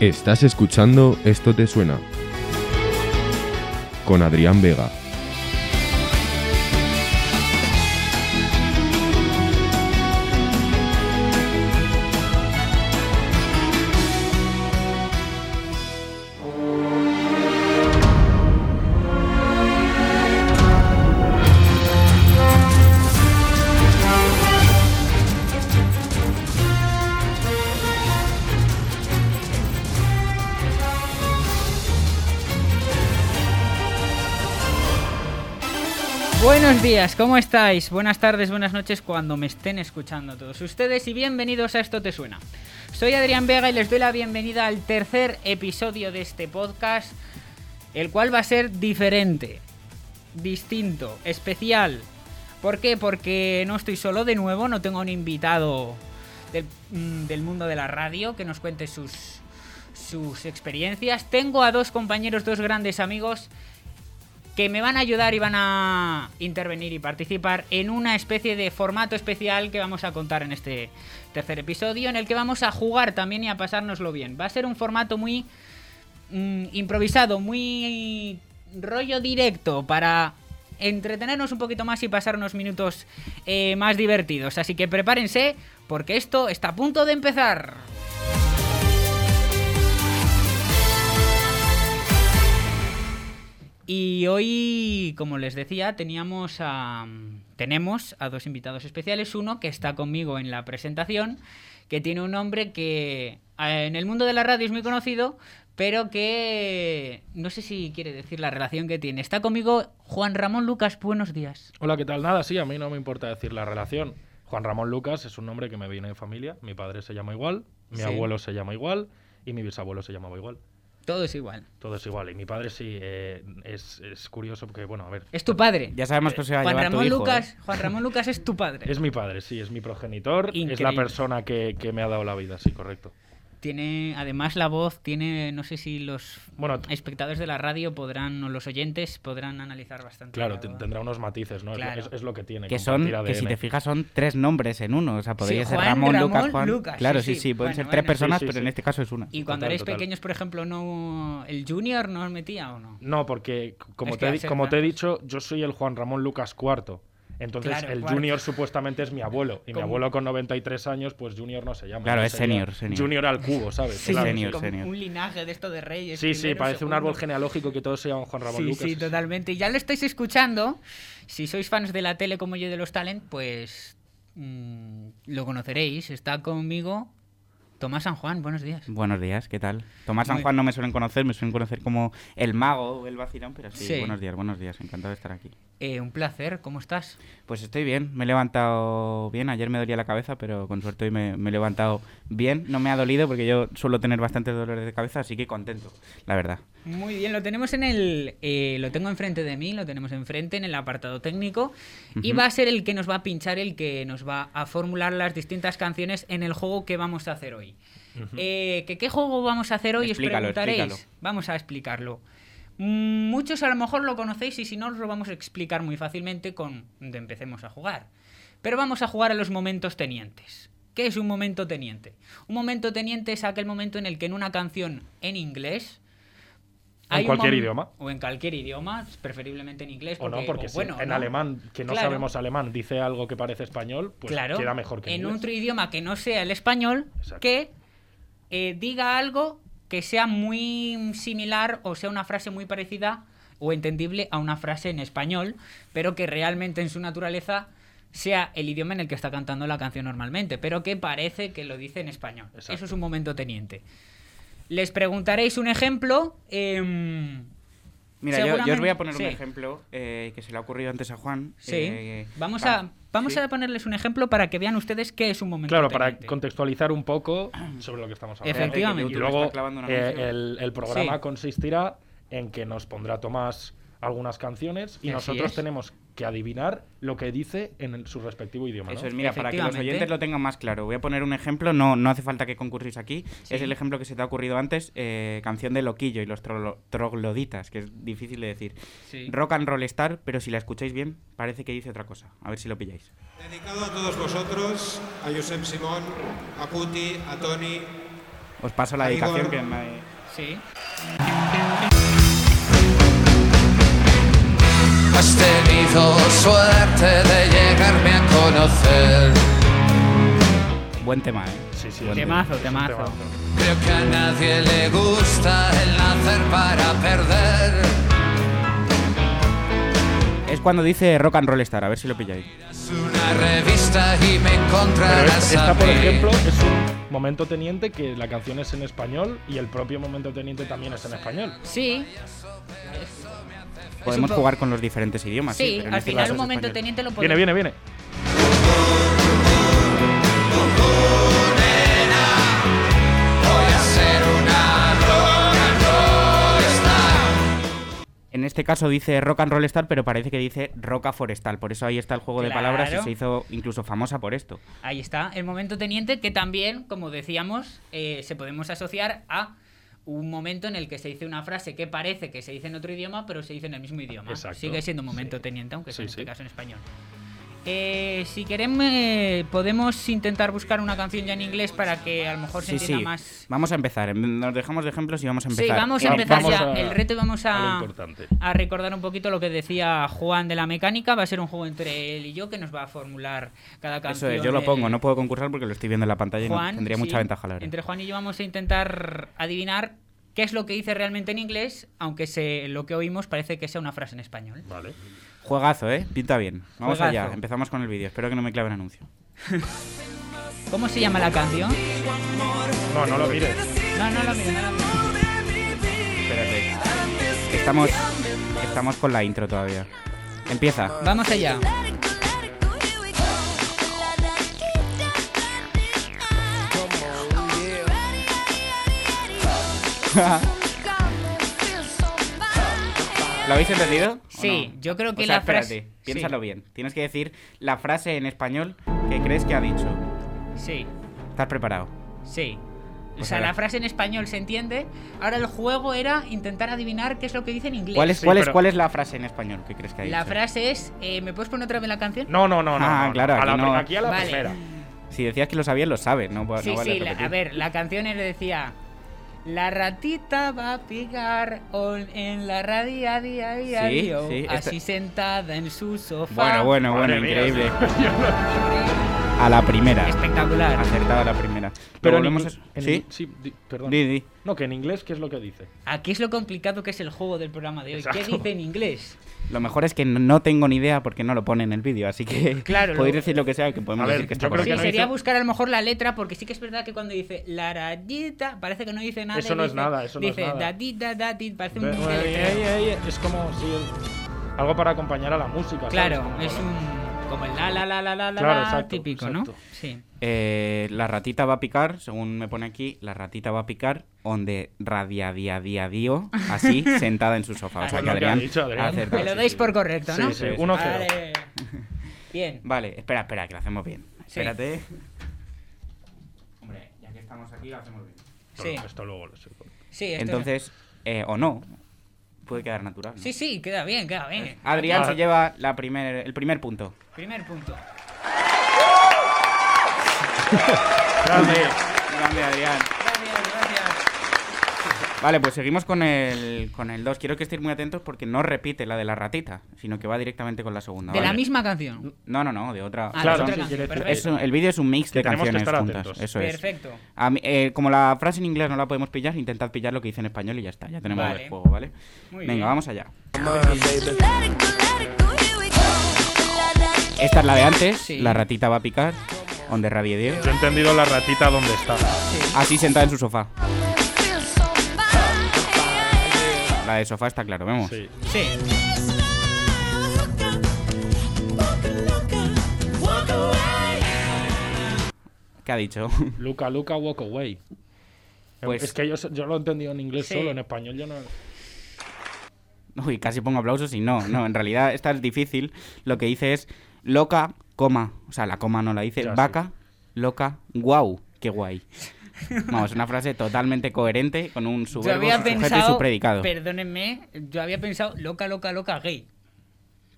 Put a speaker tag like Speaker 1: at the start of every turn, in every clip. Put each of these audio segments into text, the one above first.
Speaker 1: Estás escuchando Esto te suena con Adrián Vega.
Speaker 2: Buenos días, ¿cómo estáis? Buenas tardes, buenas noches cuando me estén escuchando todos ustedes y bienvenidos a Esto Te Suena. Soy Adrián Vega y les doy la bienvenida al tercer episodio de este podcast, el cual va a ser diferente, distinto, especial. ¿Por qué? Porque no estoy solo de nuevo, no tengo un invitado del, mm, del mundo de la radio que nos cuente sus, sus experiencias. Tengo a dos compañeros, dos grandes amigos que me van a ayudar y van a intervenir y participar en una especie de formato especial que vamos a contar en este tercer episodio, en el que vamos a jugar también y a pasárnoslo bien. Va a ser un formato muy mm, improvisado, muy rollo directo para entretenernos un poquito más y pasar unos minutos eh, más divertidos. Así que prepárense porque esto está a punto de empezar. Y hoy, como les decía, teníamos a, tenemos a dos invitados especiales. Uno que está conmigo en la presentación, que tiene un nombre que eh, en el mundo de la radio es muy conocido, pero que no sé si quiere decir la relación que tiene. Está conmigo Juan Ramón Lucas. Buenos días.
Speaker 3: Hola, ¿qué tal? Nada, sí, a mí no me importa decir la relación. Juan Ramón Lucas es un nombre que me viene de familia. Mi padre se llama igual, mi
Speaker 2: Sí.
Speaker 3: abuelo se llama igual y mi bisabuelo se llamaba igual.
Speaker 2: Todo es igual.
Speaker 3: Todo es igual. Y mi padre sí, eh, es, es curioso porque, bueno, a ver.
Speaker 2: Es tu padre.
Speaker 4: Ya sabemos que se va a
Speaker 2: Juan
Speaker 4: llevar tu
Speaker 2: Ramón
Speaker 4: hijo.
Speaker 2: Lucas.
Speaker 4: ¿eh?
Speaker 2: Juan Ramón Lucas es tu padre.
Speaker 3: Es mi padre, sí, es mi progenitor. Es la
Speaker 2: Increíble.
Speaker 3: persona que, que me ha dado la vida, sí, correcto.
Speaker 2: Tiene, además, la voz, tiene, no sé si los
Speaker 3: Bueno, t-
Speaker 2: espectadores de la radio podrán, o los oyentes podrán analizar bastante.
Speaker 3: claro,
Speaker 2: la
Speaker 3: te-
Speaker 2: voz.
Speaker 3: tendrá unos matices, ¿no? Es lo-
Speaker 2: Claro.
Speaker 3: Es, es lo que tiene.
Speaker 4: Que son,
Speaker 3: compartir
Speaker 4: que si
Speaker 3: ADN.
Speaker 4: te fijas, son tres nombres en uno. O sea, podría
Speaker 2: Sí,
Speaker 4: ser
Speaker 2: Juan,
Speaker 4: Ramón,
Speaker 2: Ramón,
Speaker 4: Lucas, Juan.
Speaker 2: Lucas,
Speaker 4: Claro,
Speaker 2: sí,
Speaker 4: sí,
Speaker 2: sí.
Speaker 4: sí, pueden
Speaker 2: Bueno,
Speaker 4: ser
Speaker 2: bueno.
Speaker 4: tres personas,
Speaker 3: Sí, sí,
Speaker 4: pero en
Speaker 3: sí.
Speaker 4: este caso es una.
Speaker 2: Y cuando
Speaker 3: Total,
Speaker 2: erais
Speaker 3: total.
Speaker 2: pequeños, por ejemplo, no el junior no os metía o no.
Speaker 3: No, porque c- como,
Speaker 2: Es que
Speaker 3: te, he
Speaker 2: al
Speaker 3: di-
Speaker 2: ser
Speaker 3: como te he
Speaker 2: blancos.
Speaker 3: dicho, yo soy el Juan Ramón Lucas IV. Entonces
Speaker 2: Claro,
Speaker 3: el
Speaker 2: cuarto.
Speaker 3: Junior supuestamente es mi abuelo. Y mi
Speaker 2: Como-
Speaker 3: abuelo con 93 años, pues Junior no se llama.
Speaker 4: Claro,
Speaker 3: ¿no?
Speaker 4: es
Speaker 3: Sería
Speaker 4: senior, senior.
Speaker 3: Junior al cubo, ¿sabes?
Speaker 4: Sí,
Speaker 3: Pues, Claro.
Speaker 4: senior,
Speaker 2: como
Speaker 4: senior.
Speaker 2: Un linaje de esto de reyes.
Speaker 3: Sí, sí,
Speaker 2: primero,
Speaker 3: parece un
Speaker 2: segundo.
Speaker 3: árbol genealógico que todos se llaman Juan Ramón
Speaker 2: sí,
Speaker 3: Lucas.
Speaker 2: sí, totalmente. Y ya lo estáis escuchando. Si sois fans de la tele como yo y de los talent, pues mm, lo conoceréis. Está conmigo Tomás San Juan. Buenos días.
Speaker 4: Buenos días, ¿qué tal? Tomás San
Speaker 2: Muy-
Speaker 4: Juan no me suelen conocer, me suelen conocer como el mago o el vacilón, pero sí,
Speaker 2: Sí.
Speaker 4: buenos días, buenos días, encantado de estar aquí.
Speaker 2: Eh, un placer. ¿Cómo estás?
Speaker 4: Pues estoy bien, me he levantado bien, ayer me dolía la cabeza, pero con suerte hoy me, me he levantado bien, no me ha dolido porque yo suelo tener bastantes dolores de cabeza, así que contento, la verdad.
Speaker 2: Muy bien, lo tenemos en el. eh, lo tengo enfrente de mí, lo tenemos enfrente en el apartado técnico. Y va a ser el que nos va a pinchar, el que nos va a formular las distintas canciones en el juego que vamos a hacer hoy. Eh, ¿que ¿Qué juego vamos a hacer hoy? os
Speaker 4: Explícalo,
Speaker 2: preguntaréis.
Speaker 4: explícalo.
Speaker 2: Vamos a explicarlo. Mm, Muchos a lo mejor lo conocéis y si no, os lo vamos a explicar muy fácilmente con cuando empecemos a jugar. Pero vamos a jugar a los momentos tenientes. ¿Qué es un momento teniente? Un momento teniente es aquel momento en el que en una canción en inglés
Speaker 3: En
Speaker 2: hay un
Speaker 3: cualquier
Speaker 2: mom-
Speaker 3: idioma.
Speaker 2: O en cualquier idioma, preferiblemente en inglés.
Speaker 3: O
Speaker 2: Porque,
Speaker 3: no, porque
Speaker 2: o
Speaker 3: sí,
Speaker 2: bueno,
Speaker 3: en
Speaker 2: no.
Speaker 3: alemán, que no
Speaker 2: Claro.
Speaker 3: sabemos alemán, dice algo que parece español, pues
Speaker 2: claro,
Speaker 3: queda mejor que
Speaker 2: en
Speaker 3: inglés.
Speaker 2: otro idioma que no sea el español,
Speaker 3: Exacto.
Speaker 2: que eh, diga algo que sea muy similar o sea una frase muy parecida o entendible a una frase en español, pero que realmente en su naturaleza sea el idioma en el que está cantando la canción normalmente, pero que parece que lo dice en español.
Speaker 3: Exacto.
Speaker 2: Eso es un momento teniente. Les preguntaréis un ejemplo. em,
Speaker 4: Mira, yo- yo, os voy
Speaker 2: Seguramente-
Speaker 4: a poner
Speaker 2: sí.
Speaker 4: un ejemplo eh, que se le ha ocurrido antes a Juan.
Speaker 2: sí.
Speaker 4: eh,
Speaker 2: vamos
Speaker 4: va-
Speaker 2: a, vamos
Speaker 4: sí.
Speaker 2: a ponerles un ejemplo para que vean ustedes qué es un momento
Speaker 3: Claro, para
Speaker 2: teniente.
Speaker 3: contextualizar un poco sobre lo que estamos hablando.
Speaker 2: Efectivamente.
Speaker 3: Y
Speaker 2: YouTube
Speaker 3: luego
Speaker 4: está clavando un
Speaker 3: eh,
Speaker 4: anuncio.
Speaker 3: el, el programa
Speaker 2: Sí.
Speaker 3: consistirá en que nos pondrá Tomás algunas canciones y
Speaker 2: Así
Speaker 3: nosotros
Speaker 2: es.
Speaker 3: tenemos que adivinar lo que dice en el- su respectivo idioma. ¿no?
Speaker 4: Eso es, mira, para que los
Speaker 2: Efectivamente.
Speaker 4: oyentes lo tengan más claro. Voy a poner un ejemplo, no, no hace falta que concurrís aquí.
Speaker 2: Sí.
Speaker 4: Es el ejemplo que se te ha ocurrido antes, eh, canción de Loquillo y los trolo- trogloditas, que es difícil de decir.
Speaker 2: Sí.
Speaker 4: Rock and Roll Star, pero si la escucháis bien, parece que dice otra cosa. A ver si lo pilláis.
Speaker 5: Dedicado a todos vosotros, a Josep Simón, a Cuti, a Toni,
Speaker 4: Os paso la
Speaker 5: Ahí,
Speaker 4: dedicación
Speaker 5: gordo.
Speaker 4: que me...
Speaker 2: Sí.
Speaker 6: Has tenido suerte de llegarme a conocer.
Speaker 4: Buen tema, ¿eh?
Speaker 3: Sí, sí.
Speaker 4: Buen
Speaker 2: Temazo,
Speaker 3: es un
Speaker 2: temazo.
Speaker 6: Creo que a nadie le gusta el nacer para perder.
Speaker 4: Es cuando dice Rock and Roll Star, a ver si lo pilláis.
Speaker 6: Es una revista y me
Speaker 3: Pero
Speaker 6: encontrarás
Speaker 3: es- esta,
Speaker 6: a
Speaker 3: por
Speaker 6: mí.
Speaker 3: ejemplo, es un momento teniente que la canción es en español y el propio momento teniente también es en español.
Speaker 2: Sí,
Speaker 4: Podemos
Speaker 2: poco-
Speaker 4: jugar con los diferentes idiomas.
Speaker 2: sí,
Speaker 4: pero en
Speaker 2: al
Speaker 4: este
Speaker 2: final
Speaker 4: caso
Speaker 2: un
Speaker 4: es
Speaker 2: momento
Speaker 4: español.
Speaker 2: teniente lo podemos...
Speaker 3: Viene, viene, viene.
Speaker 6: Voy a ser una rock and roll star.
Speaker 4: En este caso dice Rock and Roll Star, pero parece que dice Roca Forestal. Por eso ahí está el juego de palabras y
Speaker 2: Claro.
Speaker 4: se hizo incluso famosa por esto.
Speaker 2: Ahí está, el momento teniente que también, como decíamos, eh, se podemos asociar a un momento en el que se dice una frase que parece que se dice en otro idioma, pero se dice en el mismo idioma.
Speaker 3: Exacto.
Speaker 2: Sigue siendo un momento teniente, aunque sea
Speaker 3: Sí,
Speaker 2: en este
Speaker 3: sí.
Speaker 2: caso en español. Eh, si queremos, eh, podemos intentar buscar una canción ya en inglés para que a lo mejor se
Speaker 4: Sí,
Speaker 2: entienda
Speaker 4: sí.
Speaker 2: más.
Speaker 4: Vamos a empezar. Em, Nos dejamos de ejemplos y vamos a empezar.
Speaker 2: Sí, vamos a
Speaker 3: Va-
Speaker 2: empezar
Speaker 3: vamos
Speaker 2: ya
Speaker 3: a-
Speaker 2: el reto y vamos
Speaker 3: a lo
Speaker 2: a,
Speaker 3: importante.
Speaker 2: a recordar un poquito lo que decía Juan de la mecánica. Va a ser un juego entre él y yo que nos va a formular cada
Speaker 4: Eso
Speaker 2: canción.
Speaker 4: es, yo lo
Speaker 2: de-
Speaker 4: pongo, no puedo concursar porque lo estoy viendo en la pantalla y
Speaker 2: Juan,
Speaker 4: no, tendría
Speaker 2: sí,
Speaker 4: mucha ventaja, la verdad.
Speaker 2: Entre Juan y yo vamos a intentar adivinar qué es lo que dice realmente en inglés, aunque se, lo que oímos parece que sea una frase en español.
Speaker 3: Vale.
Speaker 4: Juegazo, ¿eh? Pinta bien. Vamos
Speaker 2: Juegazo.
Speaker 4: allá, empezamos con el vídeo. Espero que no me claven anuncio.
Speaker 2: ¿Cómo se llama la canción?
Speaker 3: No, no lo mires.
Speaker 2: No, no lo miro, no lo miro.
Speaker 4: Espérate. Estamos, estamos con la intro todavía. Empieza.
Speaker 2: Vamos allá.
Speaker 4: ¿Lo habéis entendido? ¿O
Speaker 2: Sí,
Speaker 4: no?
Speaker 2: yo creo que
Speaker 4: O sea,
Speaker 2: la frase-
Speaker 4: Espérate, piénsalo bien. Tienes que decir la frase en español que crees que ha dicho.
Speaker 2: Sí,
Speaker 4: ¿Estás preparado?
Speaker 2: sí. O
Speaker 4: Pues
Speaker 2: sea,
Speaker 4: ahora-
Speaker 2: la frase en español se entiende. Ahora el juego era intentar adivinar qué es lo que dice en inglés.
Speaker 4: ¿Cuál es,
Speaker 3: Sí,
Speaker 4: cuál, es,
Speaker 3: pero-
Speaker 4: ¿Cuál es la frase en español que crees que ha dicho?
Speaker 2: La frase es. eh, ¿Me puedes poner otra vez la canción?
Speaker 3: No, no, no, no.
Speaker 4: Ah,
Speaker 3: no, no.
Speaker 4: claro,
Speaker 3: A la
Speaker 4: aquí
Speaker 3: pri-
Speaker 4: no.
Speaker 3: aquí a la
Speaker 2: Vale.
Speaker 3: primera.
Speaker 4: Si decías que lo sabías, lo sabes. No, no
Speaker 2: sí,
Speaker 4: vale
Speaker 2: sí, la- a
Speaker 4: repetir.
Speaker 2: ver, la canción le decía. La ratita va a picar on- en la radia, día, día,
Speaker 4: Sí,
Speaker 2: dio,
Speaker 4: sí,
Speaker 3: este
Speaker 4: esta-
Speaker 2: así sentada en su sofá.
Speaker 4: Bueno, bueno, bueno,
Speaker 3: Madre mía,
Speaker 4: increíble.
Speaker 3: sí. Yo no-
Speaker 4: A la primera.
Speaker 2: Espectacular.
Speaker 4: Acertado la primera.
Speaker 3: Pero
Speaker 4: Pero
Speaker 3: en
Speaker 4: volvemos
Speaker 3: ingl-
Speaker 4: a...
Speaker 3: en
Speaker 4: ¿Sí?
Speaker 3: ingl- Sí, di- perdón.
Speaker 4: Di, di.
Speaker 3: No, que en inglés, ¿qué es lo que dice?
Speaker 2: Aquí es lo complicado que es el juego del programa de hoy. ¿Qué
Speaker 3: Exacto.
Speaker 2: dice en inglés?
Speaker 4: Lo mejor es que no tengo ni idea porque no lo pone en el vídeo, así que
Speaker 2: Claro,
Speaker 4: podéis
Speaker 2: lo-
Speaker 4: decir lo que sea que podemos
Speaker 3: A ver,
Speaker 4: decir que
Speaker 3: yo
Speaker 4: está
Speaker 3: creo
Speaker 4: por
Speaker 2: Sí,
Speaker 3: que
Speaker 4: ahí.
Speaker 3: no
Speaker 2: sería
Speaker 3: dice-
Speaker 2: buscar a lo mejor la letra, porque sí que es verdad que cuando dice la ratita, parece que no dice nada.
Speaker 3: Eso
Speaker 2: y
Speaker 3: no es
Speaker 2: dice-
Speaker 3: nada, eso no es
Speaker 2: Dice
Speaker 3: nada.
Speaker 2: datita, datit, parece un.
Speaker 3: Ve-
Speaker 2: deletreo.
Speaker 3: ey, ey, Es como si algo para acompañar a la música. ¿sabes?
Speaker 2: Claro,
Speaker 3: Como-
Speaker 2: es un. Como el la la la la la la
Speaker 3: Claro,
Speaker 2: la,
Speaker 3: exacto,
Speaker 2: típico, ¿no?
Speaker 3: exacto.
Speaker 2: Sí.
Speaker 4: Eh, la ratita va a picar, según me pone aquí, la ratita va a picar donde radia dia dia dio, así sentada en su sofá. O
Speaker 3: Pues
Speaker 4: sea que
Speaker 3: lo que ha
Speaker 4: Adrián,
Speaker 3: dicho Adrián.
Speaker 4: ha acertado,
Speaker 2: Me lo
Speaker 4: sí,
Speaker 2: dais
Speaker 4: sí.
Speaker 2: por correcto, ¿no?
Speaker 3: Sí, sí,
Speaker 4: Sí, sí.
Speaker 3: 1-0.
Speaker 2: Vale. Bien.
Speaker 4: Vale, espera, espera, que lo hacemos bien.
Speaker 2: Sí.
Speaker 4: Espérate. Hombre, ya que estamos aquí, lo hacemos bien.
Speaker 3: Esto-
Speaker 2: Sí,
Speaker 3: Esto luego lo sigo.
Speaker 2: sí. esto-
Speaker 4: Entonces, eh, o no, puede quedar natural. ¿no?
Speaker 2: Sí, sí, queda bien, queda bien.
Speaker 4: Adrián
Speaker 3: Ah.
Speaker 4: se lleva la primer, el primer punto.
Speaker 2: Primer punto.
Speaker 4: Grande, Adrián.
Speaker 2: Gracias, gracias.
Speaker 4: Vale, pues seguimos con el con el 2. Quiero que estéis muy atentos porque no repite la de la ratita, sino que va directamente con la segunda.
Speaker 2: De la
Speaker 4: ¿vale?
Speaker 2: misma canción.
Speaker 4: No, no, no, de otra.
Speaker 2: Ah,
Speaker 3: Claro,
Speaker 2: la otra
Speaker 3: sí,
Speaker 2: canción,
Speaker 3: quiere-
Speaker 2: perfecto.
Speaker 4: Es un- el vídeo es un mix
Speaker 3: Que
Speaker 4: de
Speaker 3: tenemos que
Speaker 4: canciones
Speaker 3: estar
Speaker 4: juntas.
Speaker 3: atentos.
Speaker 4: Eso es.
Speaker 2: Perfecto.
Speaker 4: A mí- eh, como la frase en inglés no la podemos pillar, intentad pillar lo que dice en español y ya está. Ya tenemos
Speaker 2: Vale.
Speaker 4: el juego, ¿vale?
Speaker 2: Muy
Speaker 4: Venga,
Speaker 2: bien.
Speaker 4: vamos allá. Esta es la de antes.
Speaker 2: Sí.
Speaker 4: La ratita va a picar. Donde rabie Dios.
Speaker 3: Yo he entendido la ratita donde está.
Speaker 4: Así sentada en su sofá. La de sofá está claro, vemos.
Speaker 3: Sí.
Speaker 2: Sí.
Speaker 4: ¿Qué ha dicho?
Speaker 3: Luca, Luca, walk away. Eh,
Speaker 4: Pues-
Speaker 3: es que yo, so- yo lo he entendido en inglés
Speaker 2: Sí.
Speaker 3: solo, en español yo no.
Speaker 4: Uy, casi pongo aplausos y no, no, en realidad esta es difícil. Lo que dice es loca, coma, o sea, la coma no la dice,
Speaker 3: Ya, sí.
Speaker 4: vaca, loca, guau, qué guay. Vamos, una frase totalmente coherente con un
Speaker 2: Yo
Speaker 4: subverbo,
Speaker 2: había
Speaker 4: su sujeto y
Speaker 2: pensado.
Speaker 4: su predicado.
Speaker 2: Perdónenme, yo había pensado loca, loca, loca, gay.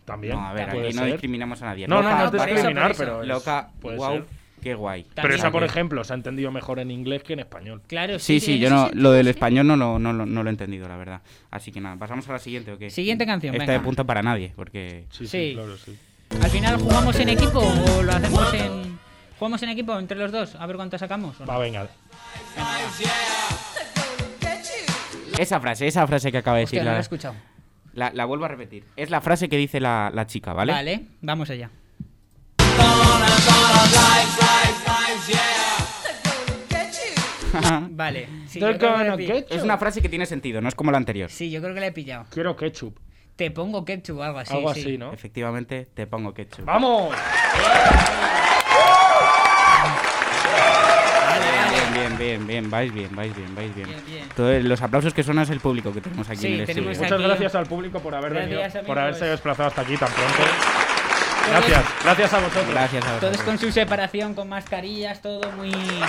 Speaker 3: También.
Speaker 4: No, a ver,
Speaker 3: puede
Speaker 4: aquí no
Speaker 3: ser.
Speaker 4: discriminamos a nadie.
Speaker 3: No, no,
Speaker 4: Loca,
Speaker 3: no es
Speaker 2: por eso,
Speaker 4: vaca,
Speaker 3: discriminar,
Speaker 2: por eso.
Speaker 3: pero. es-
Speaker 4: loca,
Speaker 3: Pues, puede
Speaker 4: guau,
Speaker 3: ser.
Speaker 4: Qué guay.
Speaker 3: Pero esa, por
Speaker 2: También.
Speaker 3: ejemplo, se ha entendido mejor en inglés que en español.
Speaker 2: Claro,
Speaker 4: Sí, sí,
Speaker 2: en
Speaker 4: yo
Speaker 2: ese
Speaker 4: no,
Speaker 2: sentido,
Speaker 4: lo del
Speaker 2: sí.
Speaker 4: español no lo, no, lo- no lo he entendido, la verdad. Así que nada, pasamos a la siguiente, ¿o qué?
Speaker 2: Siguiente canción,
Speaker 4: Esta
Speaker 2: venga.
Speaker 4: de punta para nadie, porque...
Speaker 3: Sí, sí,
Speaker 2: Sí.
Speaker 3: claro, sí.
Speaker 2: Al final jugamos en equipo o lo hacemos en. ¿Jugamos en equipo entre los dos? A ver cuánto sacamos. ¿o no?
Speaker 3: Va, venga.
Speaker 4: Esa frase, esa frase que acaba de
Speaker 2: Hostia,
Speaker 4: decir,
Speaker 2: no lo he
Speaker 4: la,
Speaker 2: escuchado.
Speaker 4: la- la vuelvo a repetir. Es la frase que dice la, la chica, ¿vale?
Speaker 2: ¿Vale? vamos allá. Vale. Sí, yo
Speaker 3: They're
Speaker 2: creo que la
Speaker 3: gonna
Speaker 2: he pi-
Speaker 3: get
Speaker 4: es
Speaker 3: you.
Speaker 4: una frase que tiene sentido, no es como la anterior.
Speaker 2: Sí, yo creo que la he pillado.
Speaker 3: Quiero ketchup.
Speaker 2: Te pongo ketchup o algo así.
Speaker 3: Algo
Speaker 2: sí.
Speaker 3: así, ¿no?
Speaker 4: Efectivamente, te pongo ketchup.
Speaker 3: ¡Vamos!
Speaker 4: Bien, bien, bien, bien, vais bien, vais bien, vais bien.
Speaker 2: Bien, bien.
Speaker 4: Todo- los aplausos que suenan es el público que tenemos aquí
Speaker 2: Sí,
Speaker 4: en el
Speaker 2: tenemos
Speaker 4: estudio.
Speaker 2: aquí-
Speaker 3: Muchas gracias al público por haber
Speaker 2: Gracias,
Speaker 3: venido,
Speaker 2: amigos. Pues,
Speaker 3: por haberse desplazado hasta aquí tan pronto. Gracias, gracias a vosotros.
Speaker 4: Gracias a vosotros.
Speaker 2: Todos con su separación, con mascarillas, todo muy. COVID.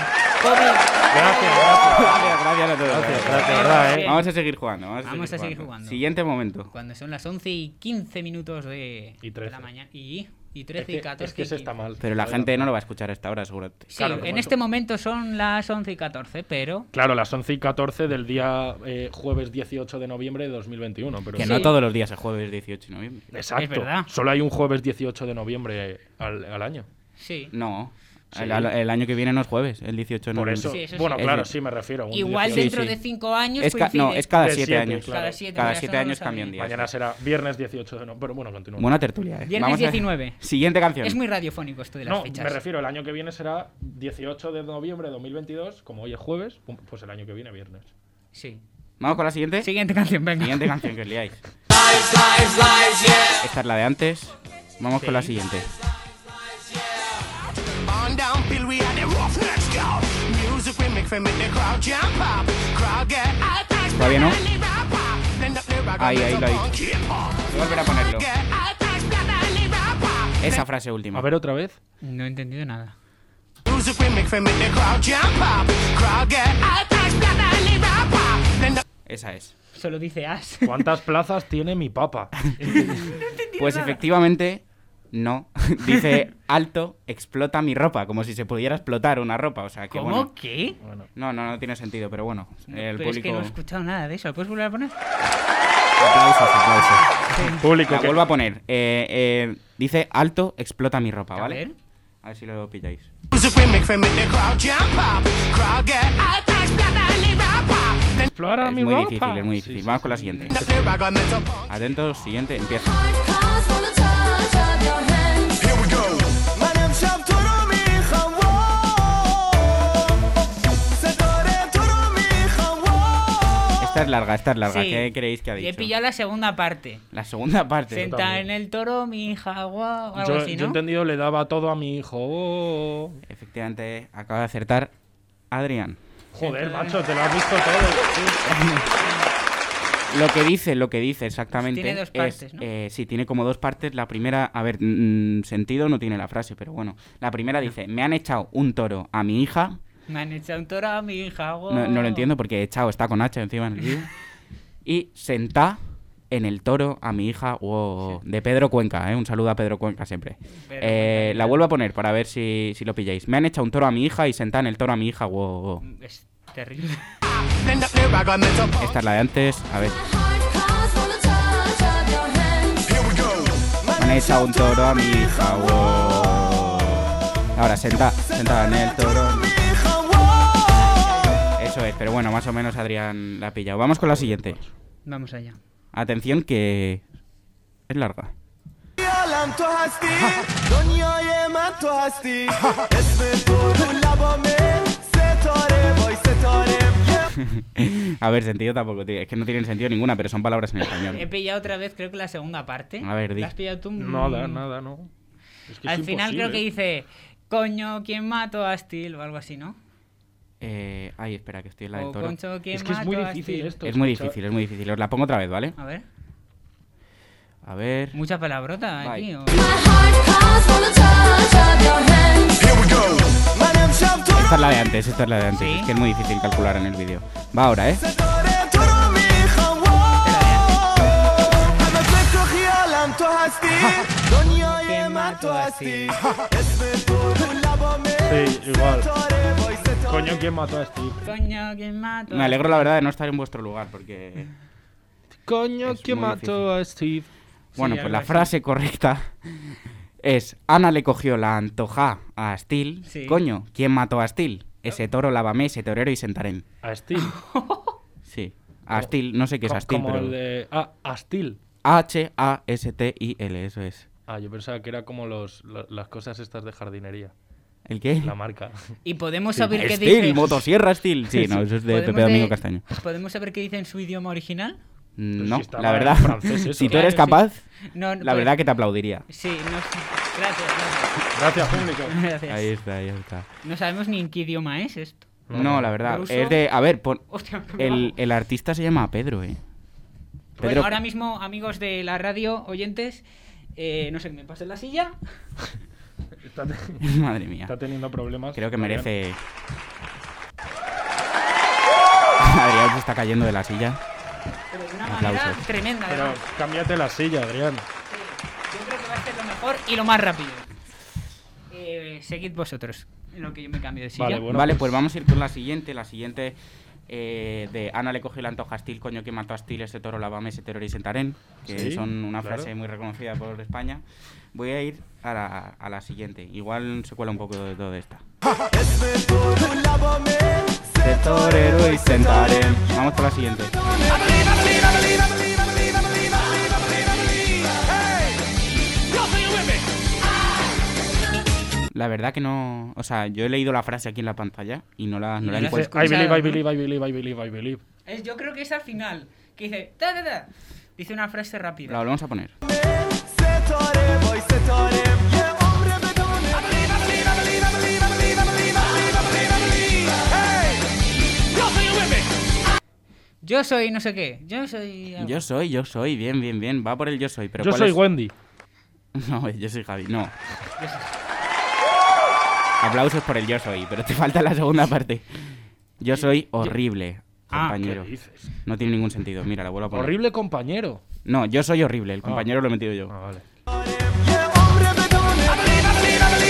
Speaker 3: Gracias, gracias.
Speaker 4: Gracias, gracias a todos.
Speaker 3: Gracias, gracias, ¿verdad, eh?
Speaker 2: Bien.
Speaker 4: Vamos a seguir jugando. Vamos a,
Speaker 2: Vamos
Speaker 4: seguir,
Speaker 2: a seguir
Speaker 4: jugando.
Speaker 2: jugando.
Speaker 4: Siguiente momento.
Speaker 2: Cuando son las 11 y 15 minutos de,
Speaker 3: Y
Speaker 2: de
Speaker 3: 13.
Speaker 2: la mañana. Y, y
Speaker 3: Es
Speaker 2: 13
Speaker 3: que,
Speaker 2: y 14.
Speaker 3: es que se
Speaker 2: y
Speaker 3: está
Speaker 2: 15.
Speaker 3: mal.
Speaker 4: Pero la gente no lo va a escuchar a esta hora, seguro.
Speaker 2: Sí,
Speaker 3: Claro,
Speaker 2: en
Speaker 3: como
Speaker 2: este
Speaker 3: tú.
Speaker 2: momento son las 11 y 14, pero.
Speaker 3: Claro, las 11 y 14 del día eh, jueves 18 de noviembre de 2021. Pero
Speaker 4: Que
Speaker 2: Sí.
Speaker 4: no todos los días es jueves 18 de noviembre.
Speaker 3: Exacto.
Speaker 2: Es verdad.
Speaker 3: Solo hay un jueves 18 de noviembre eh, al, al año.
Speaker 2: Sí.
Speaker 4: No.
Speaker 3: Sí.
Speaker 4: El, el año que viene no es jueves, el 18 de
Speaker 3: Por
Speaker 4: noviembre.
Speaker 3: eso.
Speaker 2: Sí, eso sí.
Speaker 3: bueno,
Speaker 4: Es
Speaker 3: claro,
Speaker 4: verdad.
Speaker 3: sí me refiero. un
Speaker 2: Igual
Speaker 3: 18.
Speaker 2: dentro
Speaker 4: sí.
Speaker 2: de 5 años.
Speaker 4: Es ca- no,
Speaker 2: coincide.
Speaker 4: es cada
Speaker 3: De
Speaker 4: 7
Speaker 3: siete,
Speaker 4: años.
Speaker 3: claro.
Speaker 2: Cada 7
Speaker 4: Cada siete años cambia
Speaker 2: cambian
Speaker 4: un día.
Speaker 3: Mañana será viernes 18 de noviembre. Pero bueno, continúa.
Speaker 4: Buena tertulia, eh.
Speaker 2: Viernes
Speaker 4: Vamos a-
Speaker 2: 19.
Speaker 4: Siguiente canción.
Speaker 2: Es muy radiofónico esto de las
Speaker 3: no,
Speaker 2: fechas.
Speaker 3: me refiero, el año que viene será 18 de noviembre de 2022. Como hoy es jueves, pum, pues el año que viene viernes.
Speaker 2: Sí.
Speaker 4: Vamos con la siguiente.
Speaker 2: Siguiente canción, venga.
Speaker 4: Siguiente canción que os liáis. Esta es la de antes. Vamos con la siguiente.
Speaker 5: On down, Bill, we are the roughnecks, go. Music we make for make the crowd jump up. Crowd get high, thanks to
Speaker 4: Todavía no.
Speaker 5: the rap up. Then up the rock
Speaker 4: Ahí,
Speaker 5: and
Speaker 4: ahí
Speaker 5: it's
Speaker 4: lo
Speaker 5: a
Speaker 4: ha dicho.
Speaker 5: funky pop.
Speaker 4: Voy a volver a ponerlo.
Speaker 5: Get high, thanks to the rap up.
Speaker 4: Esa frase última.
Speaker 3: A ver otra vez.
Speaker 2: No he entendido nada.
Speaker 5: Music we make for make the crowd jump up. Crowd get high, thanks to the rap up. Then the
Speaker 4: Esa es.
Speaker 2: Solo dice as.
Speaker 3: ¿Cuántas plazas tiene mi papa?
Speaker 4: Pues efectivamente, no. Dice alto, explota mi ropa, como si se pudiera explotar una ropa. O sea, que
Speaker 2: ¿Cómo?
Speaker 4: bueno.
Speaker 2: ¿Qué?
Speaker 3: Bueno,
Speaker 4: No, no, no tiene sentido, pero bueno. El
Speaker 2: Pero es que
Speaker 4: público. Ah,
Speaker 2: no he escuchado nada de eso. ¿Lo puedes volver a poner?
Speaker 4: Aplausos, aplausos.
Speaker 3: público,
Speaker 4: La
Speaker 3: que-
Speaker 4: vuelvo a poner. Eh, eh, dice alto, explota mi ropa,
Speaker 2: A ver.
Speaker 4: ¿vale? A ver si lo pilláis.
Speaker 5: music we make for make the crowd jump up. Crowd get high, thanks to the rap up. Then
Speaker 3: Explora
Speaker 4: Es
Speaker 3: mi
Speaker 4: muy
Speaker 3: ropa.
Speaker 4: difícil, es muy difícil. Vamos con la siguiente.
Speaker 5: up the rock and it's a funky
Speaker 4: Atentos, siguiente, empieza. Esta es larga, esta es larga.
Speaker 2: Sí.
Speaker 4: ¿Qué creéis que ha
Speaker 2: Le he
Speaker 4: dicho?
Speaker 2: pillado la segunda parte.
Speaker 4: La segunda parte.
Speaker 2: Senta en el toro, mi jaguar. o Algo
Speaker 3: Yo,
Speaker 2: así,
Speaker 3: yo he
Speaker 2: ¿no?
Speaker 3: entendido, le daba todo a mi hijo. Oh, oh,
Speaker 4: Efectivamente, acaba de acertar Adrián.
Speaker 3: oh. Joder, macho, te lo has visto todo.
Speaker 4: Lo que dice, lo que dice exactamente.
Speaker 2: Tiene dos
Speaker 4: es,
Speaker 2: partes, ¿no?
Speaker 4: eh, sí, tiene como dos partes. La primera, a ver, mm, sentido no tiene la frase, pero bueno. La primera dice: Me han echado un toro a mi hija.
Speaker 2: Me han echado un toro, mi jaguar.
Speaker 4: No, no lo entiendo porque echado está con H encima en el vídeo. Y sentá en el toro a mi hija wow, de Pedro Cuenca, ¿eh? un saludo a Pedro Cuenca siempre.
Speaker 2: Pedro
Speaker 4: Eh,
Speaker 2: Cuenca,
Speaker 4: la vuelvo a poner para ver si, si lo pilláis. Me han echado un toro a mi hija y sentá en el toro a mi hija. wow, wow.
Speaker 2: Es terrible.
Speaker 5: Then up the rock and it's a funky
Speaker 4: Esta es la de antes. A ver. Me han echado un toro a mi hija. wow. Ahora, senta, senta en el toro. Eso es, pero bueno, más o menos Adrián la ha pillado. Vamos con la siguiente.
Speaker 2: Vamos allá.
Speaker 4: Atención que es larga.
Speaker 7: عالم تو هستی دنیای من تو هستی اسم تو تو لبامه ستاره وای ستاره یه
Speaker 4: A ver, sentido tampoco, tiene- es que no tienen sentido ninguna, pero son palabras en
Speaker 2: He
Speaker 4: español.
Speaker 2: pillado otra vez, creo que la segunda parte.
Speaker 4: A ver, di.
Speaker 2: ¿La has pillado tú?
Speaker 3: Nada, nada, no. Es que es
Speaker 2: Mm. Al final creo que
Speaker 3: imposible.
Speaker 2: dice, coño, ¿quién mató a Steel? O algo así, ¿no?
Speaker 4: Eh, ay, espera, que estoy en la
Speaker 2: O
Speaker 4: del toro.
Speaker 2: Oh, concho, ¿quién
Speaker 3: Es que es muy
Speaker 2: mató a
Speaker 3: difícil
Speaker 2: Steel?".
Speaker 3: esto.
Speaker 4: Es muy
Speaker 3: escucha.
Speaker 4: difícil, es muy difícil. Os la pongo otra vez, ¿vale?
Speaker 2: A ver,
Speaker 4: A ver.
Speaker 2: mucha palabrota aquí.
Speaker 4: Bye.
Speaker 2: o-
Speaker 7: من امشب تو
Speaker 4: Esta
Speaker 7: رو
Speaker 4: es la de antes, esta es la de antes.
Speaker 2: Sí.
Speaker 4: Es que es muy difícil calcular en el vídeo. Va ahora, ¿eh?
Speaker 7: ستاره تو رو میخوام واو. همه فکر و خیالم تو هستی دنیای
Speaker 2: ¿Quién
Speaker 7: من تو هستی اسم تو تو لبام
Speaker 3: Sí, igual.
Speaker 7: ستاره وای ستاره
Speaker 3: Coño, ¿quién mató a Steve?
Speaker 2: Coño, que mato.
Speaker 4: Me alegro, la verdad, de no estar en vuestro lugar, porque.
Speaker 3: Coño,
Speaker 4: Es
Speaker 3: ¿quién
Speaker 4: muy
Speaker 3: mató a Steve?
Speaker 4: Bueno,
Speaker 2: Sí,
Speaker 4: pues
Speaker 2: algo
Speaker 4: la
Speaker 2: así.
Speaker 4: frase correcta es: Ana le cogió la antoja a Steel.
Speaker 2: Sí.
Speaker 4: Coño, ¿quién mató a Steel?
Speaker 3: Oh.
Speaker 4: Ese toro, lávame, ese torero y sentarén.
Speaker 3: A Steve.
Speaker 4: Sí. A Steel, no sé qué es
Speaker 3: Oh. Co-
Speaker 4: a Steel,
Speaker 3: como el
Speaker 4: pero.
Speaker 3: de... Ah, a Steel.
Speaker 4: H-A-S-T-I-L, eso es.
Speaker 3: Ah, yo pensaba que era como los, lo- las cosas estas de jardinería.
Speaker 4: ¿El qué?
Speaker 3: La marca.
Speaker 2: Y podemos saber qué
Speaker 4: Steel,
Speaker 2: dice.
Speaker 4: motosierra Steel. Sí, no, eso es de
Speaker 2: ¿Podemos
Speaker 4: Pepe Domingo
Speaker 2: de-
Speaker 4: Castaño.
Speaker 2: ¿Podemos saber qué dice en su idioma original?
Speaker 3: si
Speaker 4: No,
Speaker 3: estaba
Speaker 4: la
Speaker 3: en
Speaker 4: verdad.
Speaker 3: francés eso.
Speaker 4: Si tú
Speaker 3: Claro,
Speaker 4: eres
Speaker 2: sí.
Speaker 4: capaz,
Speaker 2: No, no,
Speaker 4: la
Speaker 2: pues-
Speaker 4: verdad que te aplaudiría.
Speaker 2: Sí, no sé. Gracias, gracias.
Speaker 3: Gracias, público.
Speaker 2: Gracias.
Speaker 4: Ahí está, ahí está.
Speaker 2: No sabemos ni en qué idioma es esto.
Speaker 4: No, la verdad.
Speaker 2: Ruso.
Speaker 4: Es de. A ver, pon-
Speaker 2: Hostia, me
Speaker 4: el,
Speaker 2: bajo.
Speaker 4: el artista se llama Pedro, ¿eh?
Speaker 2: Bueno,
Speaker 4: Pedro-
Speaker 2: ahora mismo, amigos de la radio, oyentes, eh, no sé qué me pasa en la silla.
Speaker 3: Está, te-
Speaker 4: Madre mía.
Speaker 3: está teniendo problemas.
Speaker 4: Creo que
Speaker 3: Adrián.
Speaker 4: merece. Adrián se está cayendo de la silla.
Speaker 2: Pero de una
Speaker 4: Aplausos.
Speaker 2: manera tremenda.
Speaker 3: Pero
Speaker 2: además.
Speaker 3: cámbiate la silla, Adrián.
Speaker 4: Pues
Speaker 2: Yo creo que va a ser lo mejor y lo más rápido. Eh, seguid vosotros, en lo que yo me cambio de silla.
Speaker 3: Vale, bueno.
Speaker 4: vale,
Speaker 3: pues-
Speaker 4: pues... vamos a ir con la siguiente. La siguiente eh, de Ana le cogió el antojo a Steel, coño que mató a Steel, ese toro lavame, ese terror y sentarén. Que
Speaker 3: Sí,
Speaker 4: son una
Speaker 3: claro.
Speaker 4: frase muy reconocida por España. Voy a ir a la, a la siguiente. Igual se cuela un poco de todo esta.
Speaker 7: اسم تو تو لبام ستاره وای ستاره
Speaker 4: Vamos con la siguiente. La verdad que no. O sea, yo he leído la frase aquí en la pantalla y no la, no la he
Speaker 2: Dice,
Speaker 4: encuentro.
Speaker 3: Pues, I believe,
Speaker 2: escuchado,
Speaker 3: I believe, I believe, I believe, I believe.
Speaker 2: Es- yo creo que es al final, que dice... Ta, ta, ta. Dice una frase rápida.
Speaker 4: La volvemos a poner.
Speaker 7: ستاره وای ستاره یه عمر بدون
Speaker 2: Yo soy no sé qué. Yo soy... algo.
Speaker 4: Yo soy, yo soy, bien, bien, bien. Va por el yo soy, pero
Speaker 3: Yo
Speaker 4: ¿cuál
Speaker 3: soy
Speaker 4: es?
Speaker 3: Wendy.
Speaker 4: No, yo soy Javi, no. Aplausos por el yo soy, pero te falta la segunda parte. Yo soy horrible,
Speaker 2: Ah,
Speaker 4: compañero.
Speaker 3: ¿Qué dices?
Speaker 4: No tiene ningún sentido. Mira, la vuelvo a poner.
Speaker 3: Horrible compañero.
Speaker 4: No, yo soy horrible. El compañero lo he metido yo.
Speaker 3: Ah, vale.
Speaker 7: یه عمر بدون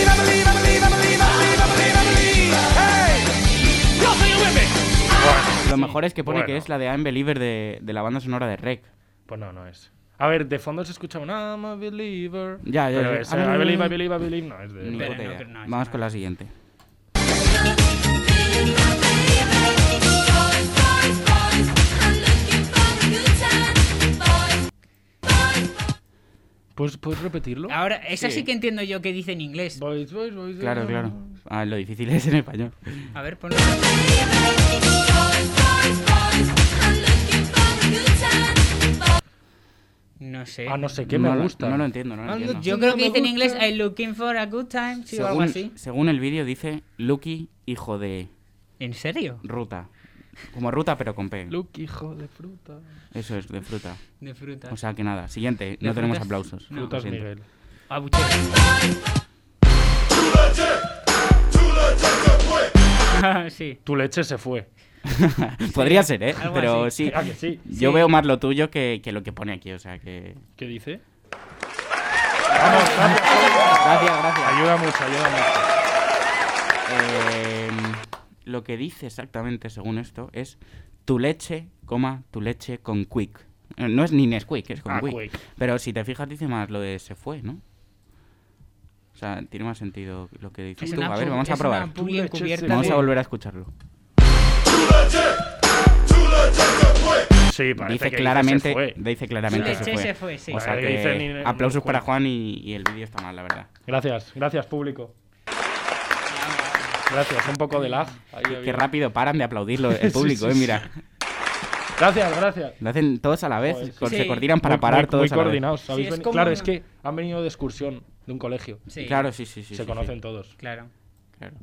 Speaker 4: Lo mejor es que pone que
Speaker 3: Bueno.
Speaker 4: es la de I'm Believer de, de la banda sonora de Rec.
Speaker 3: Pues no, no es. A ver, de fondo se escucha un I'm a believer.
Speaker 4: Ya, ya,
Speaker 3: Pero
Speaker 4: ya.
Speaker 3: ese,
Speaker 4: A ver,
Speaker 3: I
Speaker 4: a ver,
Speaker 3: believe,
Speaker 4: a
Speaker 3: I
Speaker 4: ver.
Speaker 3: believe, I believe. No, es de.
Speaker 4: Ni
Speaker 2: Pero
Speaker 4: puta
Speaker 2: no,
Speaker 4: idea.
Speaker 2: pero no, es
Speaker 4: Vamos
Speaker 2: una-
Speaker 4: con la siguiente.
Speaker 3: Pues puedes repetirlo.
Speaker 2: Ahora, esa sí. que entiendo yo que dice en inglés.
Speaker 3: Boys, boys, boys,
Speaker 4: Claro,
Speaker 3: boys,
Speaker 4: claro.
Speaker 2: Mm.
Speaker 3: boys.
Speaker 4: Ah, lo difícil es en español.
Speaker 2: A ver, ponlo. No sé.
Speaker 3: Ah, no sé qué
Speaker 4: No
Speaker 3: me
Speaker 4: lo-
Speaker 3: gusta.
Speaker 4: No lo entiendo, no lo
Speaker 3: Ah, no,
Speaker 4: entiendo.
Speaker 2: Yo creo que dice en inglés I'm looking for a good time, sí, o algo así.
Speaker 4: según el vídeo dice Lucky, hijo de
Speaker 2: ¿En serio?
Speaker 4: ruta. Como ruta, pero con P.
Speaker 3: Look, hijo de fruta.
Speaker 4: Eso es, de fruta.
Speaker 2: De frutas.
Speaker 4: O sea que nada, siguiente, no tenemos
Speaker 2: frutas-
Speaker 4: aplausos. lo
Speaker 3: Frutas
Speaker 4: siento.
Speaker 3: Miguel.
Speaker 2: Abucheo. Ah, sí.
Speaker 3: Tu leche se fue.
Speaker 4: Podría ser, ¿eh?
Speaker 2: algo
Speaker 4: Pero
Speaker 2: así.
Speaker 4: sí.
Speaker 3: Ah, que sí.
Speaker 4: Yo veo más lo tuyo que, que lo que pone aquí, o sea que.
Speaker 3: ¿Qué dice?
Speaker 4: Gracias, gracias.
Speaker 3: Ayuda mucho, ayuda mucho.
Speaker 4: Em, lo que dice exactamente según esto es tu leche, coma, tu leche con quick. Eh, No es ni Nesquik, es con
Speaker 3: Ah,
Speaker 4: quick.
Speaker 3: quick.
Speaker 4: Pero si te fijas dice más lo de se fue, ¿no? O sea, tiene más sentido lo que dices
Speaker 2: Es
Speaker 4: tú.
Speaker 2: una
Speaker 4: A ver,
Speaker 2: pu-
Speaker 4: vamos a
Speaker 2: es
Speaker 4: probar.
Speaker 2: Una publi
Speaker 3: leche
Speaker 2: encubierta
Speaker 3: se-
Speaker 4: Vamos
Speaker 2: de-
Speaker 4: a volver a escucharlo.
Speaker 3: Sí, parece
Speaker 4: dice
Speaker 3: que
Speaker 4: claramente,
Speaker 3: Dice se fue.
Speaker 4: dice claramente
Speaker 2: Sí,
Speaker 4: se
Speaker 2: sí,
Speaker 4: fue.
Speaker 2: se fue, sí.
Speaker 4: O sea
Speaker 3: Vale,
Speaker 4: que
Speaker 3: dice ni- ni-
Speaker 4: aplausos
Speaker 3: ni-
Speaker 4: para Juan y, y el vídeo está mal, la verdad.
Speaker 3: Gracias, gracias, público. Gracias, un poco de lag. Ahí
Speaker 4: Qué
Speaker 3: había-
Speaker 4: rápido paran de aplaudirlo el público,
Speaker 3: sí,
Speaker 4: eh, mira.
Speaker 3: Gracias, gracias.
Speaker 4: Lo hacen todos a la vez,
Speaker 3: Joder,
Speaker 4: co-
Speaker 2: sí.
Speaker 4: se coordinan para
Speaker 3: Muy-
Speaker 4: parar ¿eh?
Speaker 3: muy,
Speaker 4: todos
Speaker 3: muy
Speaker 4: a la vez.
Speaker 3: coordinados.
Speaker 2: Sí,
Speaker 3: ¿habéis
Speaker 2: es
Speaker 3: veni-
Speaker 2: como
Speaker 3: Claro,
Speaker 2: una-
Speaker 3: es que han venido de excursión de un colegio.
Speaker 2: Sí,
Speaker 4: Claro, sí, sí, sí.
Speaker 3: se
Speaker 4: sí,
Speaker 3: conocen
Speaker 4: sí,
Speaker 3: todos.
Speaker 2: claro.
Speaker 4: claro.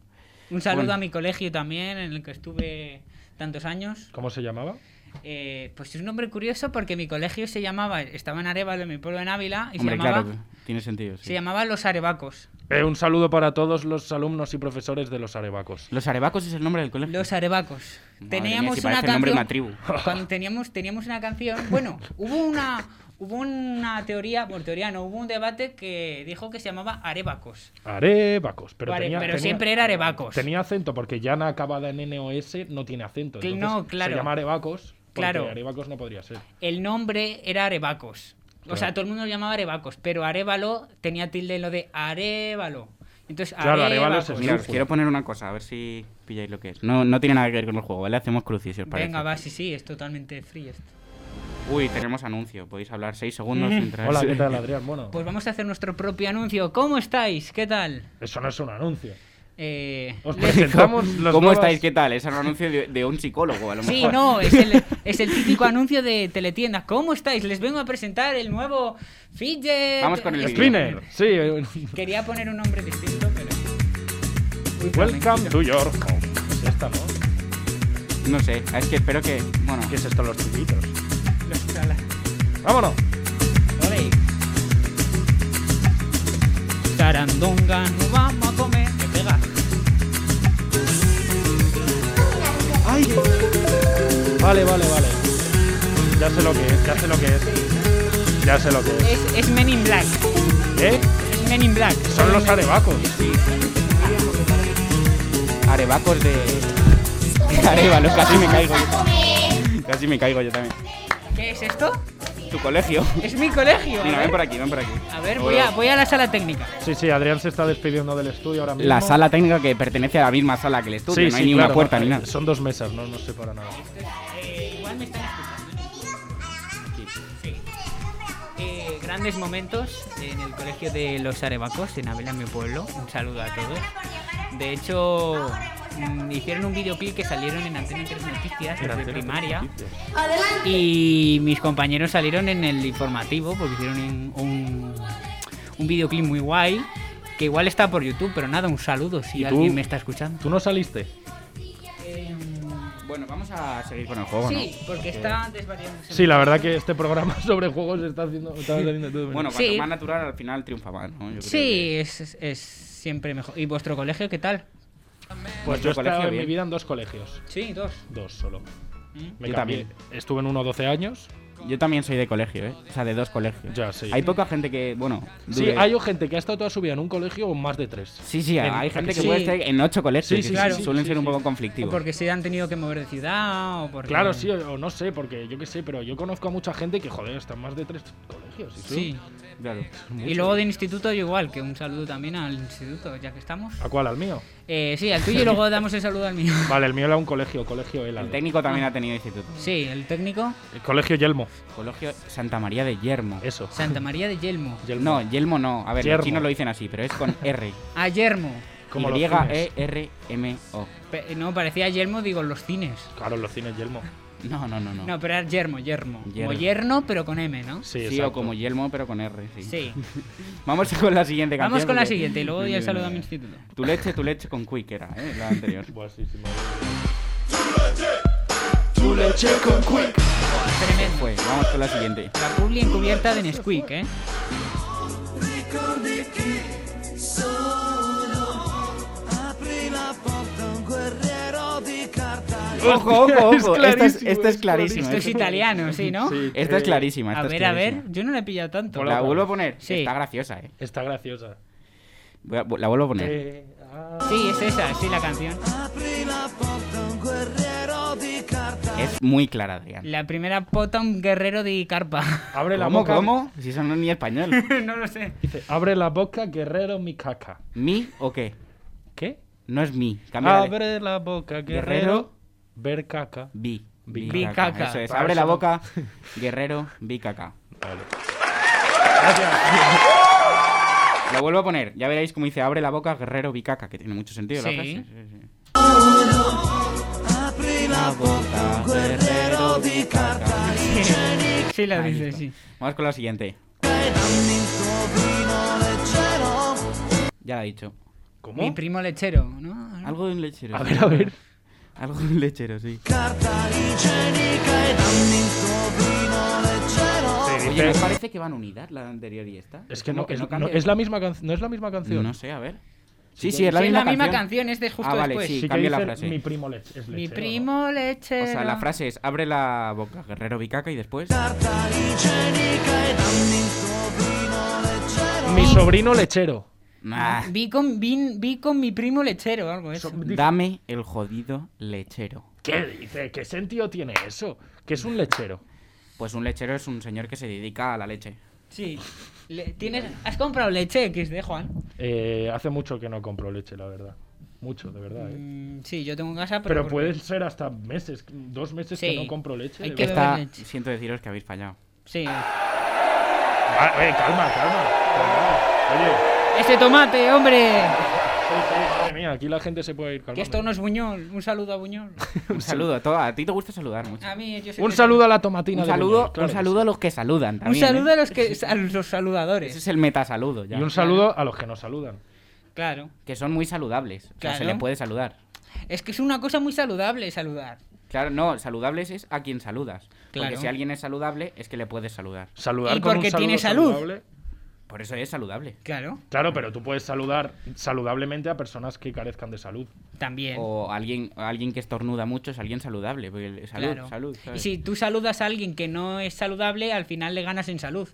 Speaker 2: Un saludo
Speaker 4: Bueno.
Speaker 2: a mi colegio también, en el que estuve tantos años.
Speaker 3: ¿Cómo se llamaba?
Speaker 2: Eh, pues es un nombre curioso porque mi colegio se llamaba, estaba en Arevalo, en mi pueblo en Ávila, y
Speaker 4: Hombre,
Speaker 2: se llamaba,
Speaker 4: claro, tiene sentido. sí.
Speaker 2: se llamaba Los Arebacos.
Speaker 3: Eh, un saludo para todos los alumnos y profesores de los arebacos.
Speaker 4: Los arebacos es el nombre del colegio.
Speaker 2: Los Arebacos.
Speaker 4: Madre mía,
Speaker 2: Teníamos
Speaker 4: si
Speaker 2: una
Speaker 4: parece el nombre de
Speaker 2: canción.
Speaker 4: una tribu.
Speaker 2: Cuando teníamos, teníamos una canción. Bueno, hubo una, Hubo una teoría, por teoría no, hubo un debate que dijo que se llamaba arebacos.
Speaker 3: Arebacos. Pero,
Speaker 2: Vale,
Speaker 3: tenía-
Speaker 2: pero
Speaker 3: tenía-
Speaker 2: siempre era arebacos.
Speaker 3: Tenía acento, porque Yana acabada en NOS no tiene acento.
Speaker 2: Que
Speaker 3: Entonces,
Speaker 2: no, claro.
Speaker 3: Se llama Arebacos. porque
Speaker 2: Claro.
Speaker 3: Arebacos no podría ser.
Speaker 2: El nombre era arebacos. O sea,
Speaker 3: Claro.
Speaker 2: todo el mundo lo llamaba arebacos, pero arévalo tenía tilde en lo de arévalo. Entonces,
Speaker 3: Claro, Arévalo
Speaker 2: arévacos.
Speaker 3: es
Speaker 4: Pues Mira, os
Speaker 3: Lujo.
Speaker 4: quiero poner una cosa, a ver si pilláis lo que es. No, no tiene nada que ver con el juego, ¿vale? Hacemos crucis, si os parece.
Speaker 2: Venga, va, sí, sí, es totalmente free esto.
Speaker 4: Uy, tenemos anuncio. Podéis hablar seis segundos mientras...
Speaker 3: Hola, ¿qué tal, Adrián? Bueno,
Speaker 2: Pues vamos a hacer nuestro propio anuncio. ¿Cómo estáis? ¿Qué tal?
Speaker 3: eso no es un anuncio.
Speaker 2: Eh,
Speaker 3: Os
Speaker 2: les-
Speaker 3: presentamos
Speaker 4: ¿Cómo
Speaker 3: las nuevas-
Speaker 4: estáis? ¿Qué tal? Es un anuncio de, de un psicólogo, a lo
Speaker 2: Sí,
Speaker 4: mejor.
Speaker 2: no, es el, es el típico anuncio de teletienda. ¿Cómo estáis? Les vengo a presentar el nuevo Fidget.
Speaker 4: Vamos con el
Speaker 3: Spinner, sí. eh,
Speaker 2: Quería poner un nombre distinto, pero. Uy,
Speaker 3: Welcome
Speaker 2: flamenquito.
Speaker 3: to your home. Es esta, ¿no?
Speaker 4: No sé, es que espero que... Bueno,
Speaker 3: ¿Qué es esto, los chiquitos?
Speaker 2: Los cala-
Speaker 3: ¡Vámonos!
Speaker 2: Ole. Sarandonga, no vamos a comer. Que pega.
Speaker 3: ¡Ay! Vale, vale, vale. Ya sé lo que es, ya sé lo que es. Ya sé lo que es.
Speaker 2: Es, es Men in Black.
Speaker 3: ¿Eh?
Speaker 2: Es Men in Black.
Speaker 3: Son los arebacos.
Speaker 4: arebacos de... de Arévalo, casi me caigo yo. Casi me caigo yo también.
Speaker 2: ¿Qué es esto?
Speaker 4: Tu colegio.
Speaker 2: Es mi colegio. a
Speaker 4: Mira,
Speaker 2: ver.
Speaker 4: ven por aquí, ven por aquí.
Speaker 2: A ver, voy a, voy a la sala técnica.
Speaker 3: Sí, sí, Adrián se está despidiendo del estudio ahora mismo.
Speaker 4: La sala técnica que pertenece a la misma sala que el
Speaker 3: Eh, Sí,
Speaker 4: estudio, no hay
Speaker 3: sí,
Speaker 4: ni
Speaker 3: claro,
Speaker 4: una puerta
Speaker 3: no,
Speaker 4: ni nada.
Speaker 3: Son dos mesas, no nos separa nada.
Speaker 2: Eh, igual me están escuchando. ¿eh? Sí. Eh, grandes momentos en el colegio de los Arebacos, en Ávila, mi pueblo. Un saludo a todos. De hecho, mm, hicieron un videoclip que salieron en Antena 3 Noticias desde primaria. Y mis compañeros salieron en el informativo porque hicieron un, un, un videoclip muy guay. Que igual está por YouTube, pero nada, un saludo si
Speaker 3: ¿Y tú?
Speaker 2: alguien me está escuchando.
Speaker 3: ¿Tú no saliste?
Speaker 4: Bueno, vamos a seguir con el juego, ¿no?
Speaker 2: Sí, porque está desvariando.
Speaker 3: Sí, la verdad que este programa sobre juegos está haciendo, está saliendo todo.
Speaker 4: Bueno,
Speaker 2: Sí.
Speaker 4: cuanto más natural al final triunfa más, ¿no? Yo creo
Speaker 2: Sí, es, es- es siempre mejor. ¿Y vuestro colegio qué tal?
Speaker 3: pues yo
Speaker 4: nuestro
Speaker 3: he estado
Speaker 4: colegio
Speaker 3: en mi
Speaker 4: bien.
Speaker 3: vida en dos colegios.
Speaker 2: Sí, dos.
Speaker 3: Dos solo. Me
Speaker 4: Yo
Speaker 3: cambié.
Speaker 4: también.
Speaker 3: Estuve en uno 12 años.
Speaker 4: que- Yo también soy de colegio, ¿eh? O sea, de dos colegios.
Speaker 3: Ya, sí.
Speaker 4: Hay poca gente que, bueno...
Speaker 3: Sí,
Speaker 4: dure-
Speaker 3: hay gente que ha estado toda su vida en un colegio o más de tres.
Speaker 4: Sí, sí,
Speaker 3: En-
Speaker 4: hay gente que
Speaker 2: sí.
Speaker 4: puede estar en ocho colegios.
Speaker 3: Sí,
Speaker 4: que
Speaker 3: sí,
Speaker 4: su-
Speaker 2: claro.
Speaker 4: Suelen
Speaker 3: sí,
Speaker 4: ser un
Speaker 3: sí.
Speaker 4: poco
Speaker 2: O
Speaker 4: conflictivos.
Speaker 2: porque se han tenido que mover de ciudad o porque...
Speaker 3: Claro, sí, o o no sé, porque yo qué sé, pero yo conozco a mucha gente que, joder, está en más de tres colegios. ¿y tú?
Speaker 2: Sí.
Speaker 4: Claro.
Speaker 2: Y luego de instituto yo igual, que un saludo también al instituto, ya que estamos.
Speaker 3: ¿A cuál? ¿Al mío?
Speaker 2: Eh, sí, al tuyo y luego damos el saludo al mío.
Speaker 3: Vale, el mío era un colegio, colegio Elade.
Speaker 4: El técnico también ha tenido instituto.
Speaker 2: Sí, el técnico,
Speaker 3: El colegio Yelmo,
Speaker 4: Colegio Santa María de Yermo.
Speaker 3: eso.
Speaker 2: Santa María de Yelmo.
Speaker 3: Yelmo.
Speaker 4: No, Yelmo no. A ver,
Speaker 3: Yermo.
Speaker 4: los chinos lo dicen así, pero es con R. E,
Speaker 2: A Yermo.
Speaker 3: Como los cines.
Speaker 4: Y-E-R-M-O.
Speaker 2: Pe- no, parecía Yelmo, digo, los cines.
Speaker 3: Claro, los cines Yelmo.
Speaker 4: No, no, no, no.
Speaker 2: No, pero era Yermo, Yermo. Como
Speaker 4: Yermo.
Speaker 2: yerno, pero con M, ¿no?
Speaker 3: Sí,
Speaker 4: sí,
Speaker 3: exacto.
Speaker 4: o como Yelmo, pero con R, sí.
Speaker 2: Sí.
Speaker 4: Vamos con la siguiente canción.
Speaker 2: Vamos con la
Speaker 4: porque-
Speaker 2: siguiente y luego ya el saludo a mi instituto.
Speaker 4: Tu leche, tu leche con Quick era, ¿eh? La anterior.
Speaker 3: Buah, sí, sí, me-
Speaker 2: Tremendo.
Speaker 4: Pues, vamos con la siguiente.
Speaker 2: La publi encubierta de Nesquik, ¿eh?
Speaker 4: Ojo, ojo, ojo. Esta es,
Speaker 3: clarísimo,
Speaker 4: esta es
Speaker 3: es
Speaker 4: clarísima.
Speaker 2: Esto es
Speaker 4: Esta,
Speaker 2: italiano, sí, ¿no?
Speaker 3: Sí,
Speaker 4: esta es
Speaker 3: eh,
Speaker 4: clarísima.
Speaker 2: A
Speaker 4: esta es
Speaker 2: ver, a
Speaker 4: clarísima.
Speaker 2: ver, yo no le he pillado tanto.
Speaker 3: Hola.
Speaker 4: ¿La vuelvo a poner?
Speaker 2: Sí.
Speaker 4: Está graciosa, ¿eh?
Speaker 3: Está graciosa.
Speaker 4: Voy a- La vuelvo a poner.
Speaker 3: Eh, ah,
Speaker 2: Sí, es esa, sí, la canción.
Speaker 4: Es muy clara, Adrián.
Speaker 2: La primera pota un guerrero de carpa.
Speaker 3: abre la
Speaker 4: ¿Cómo,
Speaker 3: boca.
Speaker 4: cómo? Si eso no es ni español.
Speaker 2: no lo sé.
Speaker 3: Dice, abre la boca, guerrero, mi caca.
Speaker 4: ¿Mi o qué?
Speaker 3: ¿Qué?
Speaker 4: No Ah, es mi. Cambia de-
Speaker 3: Abre la boca, guerrero,
Speaker 4: Guerrero.
Speaker 3: ver caca.
Speaker 4: Bi.
Speaker 3: Bi-
Speaker 2: Bicaca.
Speaker 4: Eso es.
Speaker 3: Para
Speaker 4: Abre
Speaker 3: eso
Speaker 4: la
Speaker 3: no-
Speaker 4: boca, guerrero, bicaca.
Speaker 3: Vale.
Speaker 4: Lo vuelvo a poner. Ya veréis cómo dice abre la boca, guerrero, bicaca. Que tiene mucho sentido
Speaker 2: Sí.
Speaker 4: la frase. Sí, sí. La boca, guerrero, bicaca.
Speaker 2: Sí, la
Speaker 4: Ahí
Speaker 2: dice,
Speaker 4: está.
Speaker 2: sí.
Speaker 4: Vamos con la siguiente. Ya la he dicho.
Speaker 3: ¿Cómo?
Speaker 2: Mi primo lechero, ¿no?
Speaker 4: Algo de un lechero.
Speaker 3: A ver, a ver.
Speaker 4: Algo de un lechero, sí.
Speaker 3: Sí,
Speaker 4: Oye, me
Speaker 3: dice-
Speaker 4: parece que van unidas la anterior y esta.
Speaker 3: Es que
Speaker 4: Como
Speaker 3: no, es, no-
Speaker 4: cambia.
Speaker 3: es la misma canción. No es la misma canción.
Speaker 4: No sé, a ver. Sí,
Speaker 2: que
Speaker 4: sí, es la,
Speaker 2: Mm. si
Speaker 4: misma, canción.
Speaker 2: canción, este es justo
Speaker 4: Ah, vale,
Speaker 2: después.
Speaker 4: sí.
Speaker 3: Sí que
Speaker 4: cambia la
Speaker 3: dicen,
Speaker 4: frase.
Speaker 3: Mi primo le- es
Speaker 2: Mi
Speaker 3: lechero", ¿no?
Speaker 2: primo leche.
Speaker 4: O sea, la frase es abre la boca, guerrero bicaca, y después.
Speaker 3: Mi sobrino lechero.
Speaker 4: Nah.
Speaker 2: Vi con, vi, vi con mi primo lechero o algo de eso.
Speaker 4: Dame el jodido lechero.
Speaker 3: ¿Qué dice? ¿Qué sentido tiene eso? Que es un lechero.
Speaker 4: Pues un lechero es un señor que se dedica a la leche.
Speaker 2: Sí. Le- ¿tienes, ¿Has comprado leche que es de Juan?
Speaker 3: Eh, hace mucho que no compro leche, la verdad. Mucho, de verdad. ¿eh?
Speaker 2: Mm, sí, yo tengo en casa, pero.
Speaker 3: Pero
Speaker 2: porque-
Speaker 3: puede ser hasta meses, dos meses
Speaker 2: Sí.
Speaker 3: que no compro leche.
Speaker 2: Hay
Speaker 3: de
Speaker 2: que
Speaker 3: verdad.
Speaker 4: Esta,
Speaker 2: beber leche.
Speaker 4: siento deciros que habéis fallado.
Speaker 2: Sí.
Speaker 3: Ah, eh, calma, calma, calma. Oye,
Speaker 2: ¡Ese tomate, hombre!
Speaker 3: sí, sí, madre mía, aquí la gente se puede ir
Speaker 2: Que
Speaker 3: calmando.
Speaker 2: esto no es Buñol. Un saludo a Buñol.
Speaker 4: Un saludo a todo. A ti te gusta saludar mucho.
Speaker 2: A mí, yo soy Ah,
Speaker 3: Un
Speaker 2: de-
Speaker 3: saludo a la tomatina.
Speaker 4: Un
Speaker 3: de
Speaker 4: saludo,
Speaker 3: Buñol, claro
Speaker 4: un
Speaker 3: que
Speaker 4: saludo a los que saludan
Speaker 2: Un
Speaker 4: también.
Speaker 2: saludo
Speaker 4: ¿eh?
Speaker 2: a los, que, a los
Speaker 4: Ese
Speaker 2: saludadores.
Speaker 4: es el metasaludo
Speaker 3: sí.
Speaker 4: ya.
Speaker 3: Y un saludo a los que nos saludan.
Speaker 2: Claro.
Speaker 4: Que son muy saludables. O sea, se
Speaker 2: Claro.
Speaker 4: le puede saludar.
Speaker 2: Es que es una cosa muy saludable saludar.
Speaker 4: Claro, no, saludables es a quien saludas.
Speaker 2: Claro.
Speaker 4: Porque si alguien es saludable, es que le puedes saludar.
Speaker 3: Saludar
Speaker 2: Y
Speaker 3: con
Speaker 2: porque
Speaker 3: un saludo
Speaker 2: tiene salud.
Speaker 3: saludable.
Speaker 4: Por eso es saludable.
Speaker 2: Claro.
Speaker 3: Claro, pero tú puedes saludar saludablemente a personas que carezcan de salud.
Speaker 2: También.
Speaker 4: O alguien, alguien que estornuda mucho es alguien saludable. porque el- salud,
Speaker 2: Claro.
Speaker 4: salud.
Speaker 2: Y
Speaker 4: ¿sabes?
Speaker 2: si tú saludas a alguien que no es saludable, al final le ganas en salud.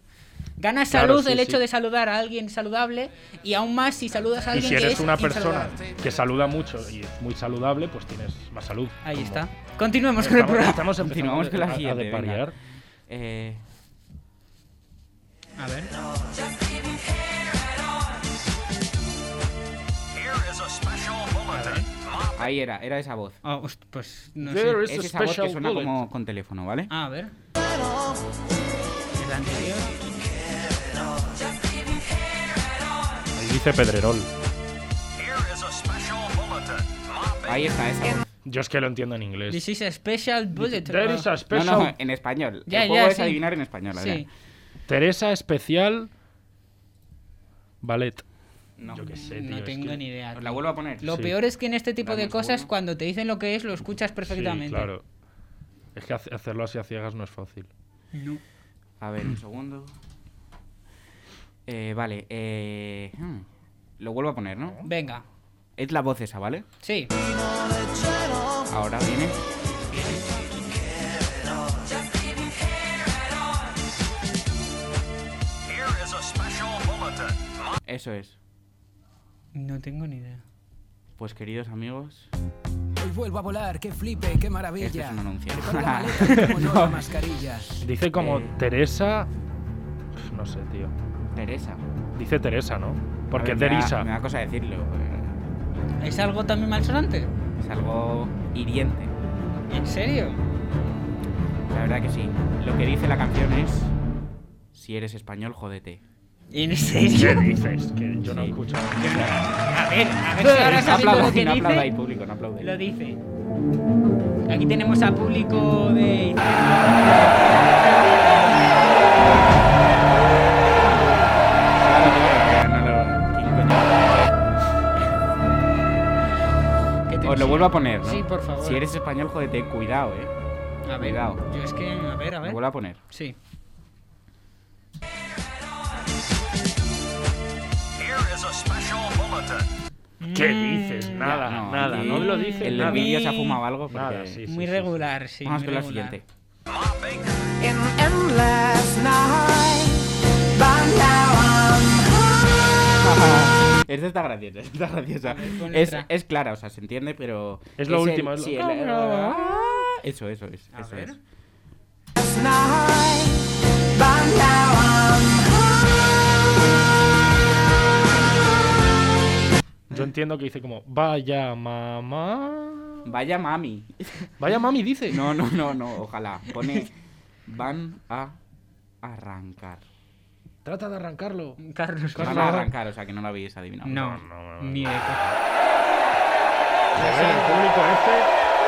Speaker 2: Ganas
Speaker 3: Claro,
Speaker 2: salud
Speaker 3: sí,
Speaker 2: el
Speaker 3: sí.
Speaker 2: hecho de saludar a alguien saludable y aún más si saludas a
Speaker 3: Y
Speaker 2: alguien
Speaker 3: si
Speaker 2: que
Speaker 3: eres
Speaker 2: es
Speaker 3: una persona
Speaker 2: insaludable.
Speaker 3: que saluda mucho y es muy saludable, pues tienes más salud.
Speaker 2: Ahí
Speaker 3: Como-
Speaker 2: está. Continuemos con el
Speaker 3: Estamos,
Speaker 2: programa.
Speaker 3: estamos empezando
Speaker 4: Continuamos con la
Speaker 3: a- a
Speaker 4: siguiente, venga.
Speaker 3: desvariar.
Speaker 4: Eh,
Speaker 2: A ver.
Speaker 4: ahí era, era esa voz.
Speaker 2: Ah, host- pues no sé.
Speaker 3: There is
Speaker 4: Es
Speaker 3: a
Speaker 4: esa voz que
Speaker 3: special
Speaker 4: suena
Speaker 3: bullet.
Speaker 4: como con teléfono, ¿vale?
Speaker 2: Ah, a ver. El anterior.
Speaker 3: Ahí dice Pedrerol.
Speaker 4: Ahí está esa voz.
Speaker 3: Yo es que lo entiendo en inglés.
Speaker 2: This is a special bullet.
Speaker 3: There is a Eh,
Speaker 4: No,
Speaker 3: special
Speaker 4: no, en español.
Speaker 2: Ya,
Speaker 4: el juego
Speaker 2: ya,
Speaker 4: es
Speaker 2: sí.
Speaker 4: adivinar en español,
Speaker 2: Sí.
Speaker 4: Adrián.
Speaker 3: Teresa especial ballet.
Speaker 4: No.
Speaker 3: Yo qué sé, tío.
Speaker 2: No
Speaker 3: es
Speaker 2: tengo
Speaker 3: que-
Speaker 2: ni idea.
Speaker 4: Os la vuelvo a poner.
Speaker 2: Lo
Speaker 3: Sí.
Speaker 2: peor es que en este tipo
Speaker 4: Dame
Speaker 2: de
Speaker 4: un
Speaker 2: cosas,
Speaker 4: segundo.
Speaker 2: cuando te dicen lo que es, lo escuchas perfectamente.
Speaker 3: Sí, claro. Es que hace- hacerlo así a ciegas no es fácil.
Speaker 2: No.
Speaker 4: A ver, un segundo. Eh, vale, eh, hmm, Lo vuelvo a poner, ¿no?
Speaker 2: Venga.
Speaker 4: Es la voz esa, ¿vale?
Speaker 2: Sí.
Speaker 4: Ahora viene. Eso es.
Speaker 2: No tengo ni idea.
Speaker 4: Pues queridos amigos,
Speaker 8: Hoy vuesto a volar, qué flipe, qué maravilla.
Speaker 4: Esto Este es un anuncio.
Speaker 8: Preparo la maleta, como no, la mascarilla.
Speaker 3: Dice como
Speaker 4: Eh.
Speaker 3: Teresa. Uf, No sé, tío.
Speaker 4: Teresa.
Speaker 3: Dice Teresa, ¿no? Porque
Speaker 4: A
Speaker 3: es
Speaker 4: ver, me da-
Speaker 3: Teresa.
Speaker 4: Me da cosa decirlo. eh,
Speaker 2: ¿Es algo también malsonante?
Speaker 4: Es algo hiriente.
Speaker 2: ¿En serio?
Speaker 4: La verdad que sí. Lo que dice la canción es. Si eres español, jódete.
Speaker 2: ¿En
Speaker 3: ¿Qué
Speaker 2: serio?
Speaker 3: dices? Que yo no
Speaker 4: Sí.
Speaker 3: escucho.
Speaker 2: A ver, a ver si ahora sabiendo lo
Speaker 4: No aplaudáis,
Speaker 2: que
Speaker 4: no aplaudáis,
Speaker 2: dice,
Speaker 4: público, no
Speaker 2: lo
Speaker 4: aplaudáis.
Speaker 2: dice. Aquí tenemos a público de... ¿Qué
Speaker 4: Os lo
Speaker 2: tensión?
Speaker 4: vuelvo a poner, ¿no?
Speaker 2: Sí, por favor.
Speaker 4: Si eres español, jódete, cuidado, eh.
Speaker 2: A ver,
Speaker 4: Cuidado.
Speaker 2: yo es que... A ver, a
Speaker 4: Lo
Speaker 2: ver.
Speaker 4: vuelvo a poner.
Speaker 2: Sí.
Speaker 3: ¿Qué dices? Nada,
Speaker 4: no,
Speaker 3: Ah, nada.
Speaker 4: aquí
Speaker 3: No lo dice.
Speaker 4: El
Speaker 3: nada.
Speaker 4: vídeo se ha fumado algo. Porque...
Speaker 3: Nada, sí, sí,
Speaker 2: Muy
Speaker 3: sí,
Speaker 2: regular, sí.
Speaker 4: Vamos con
Speaker 2: muy
Speaker 4: la
Speaker 2: regular.
Speaker 4: siguiente. Esta está graciosa, esta está graciosa.
Speaker 2: ponle
Speaker 4: Es,
Speaker 2: otra.
Speaker 4: es clara, o sea, se entiende, pero.
Speaker 3: Es lo
Speaker 4: el-
Speaker 3: último, es lo-
Speaker 4: sí, el- Ah,
Speaker 3: Cabrón.
Speaker 4: Eso, eso es. eso
Speaker 2: ver.
Speaker 4: es.
Speaker 3: sí. Yo entiendo que dice como, vaya mamá.
Speaker 4: Vaya mami.
Speaker 3: Vaya mami, dice.
Speaker 4: No, no, no, no, ojalá. Pone. Van a arrancar.
Speaker 3: Trata de arrancarlo.
Speaker 2: Carlos,
Speaker 4: Van a arrancar, o sea, que no lo habéis adivinado.
Speaker 2: No,
Speaker 3: no, no.
Speaker 2: ni de...
Speaker 3: A ver, el público este.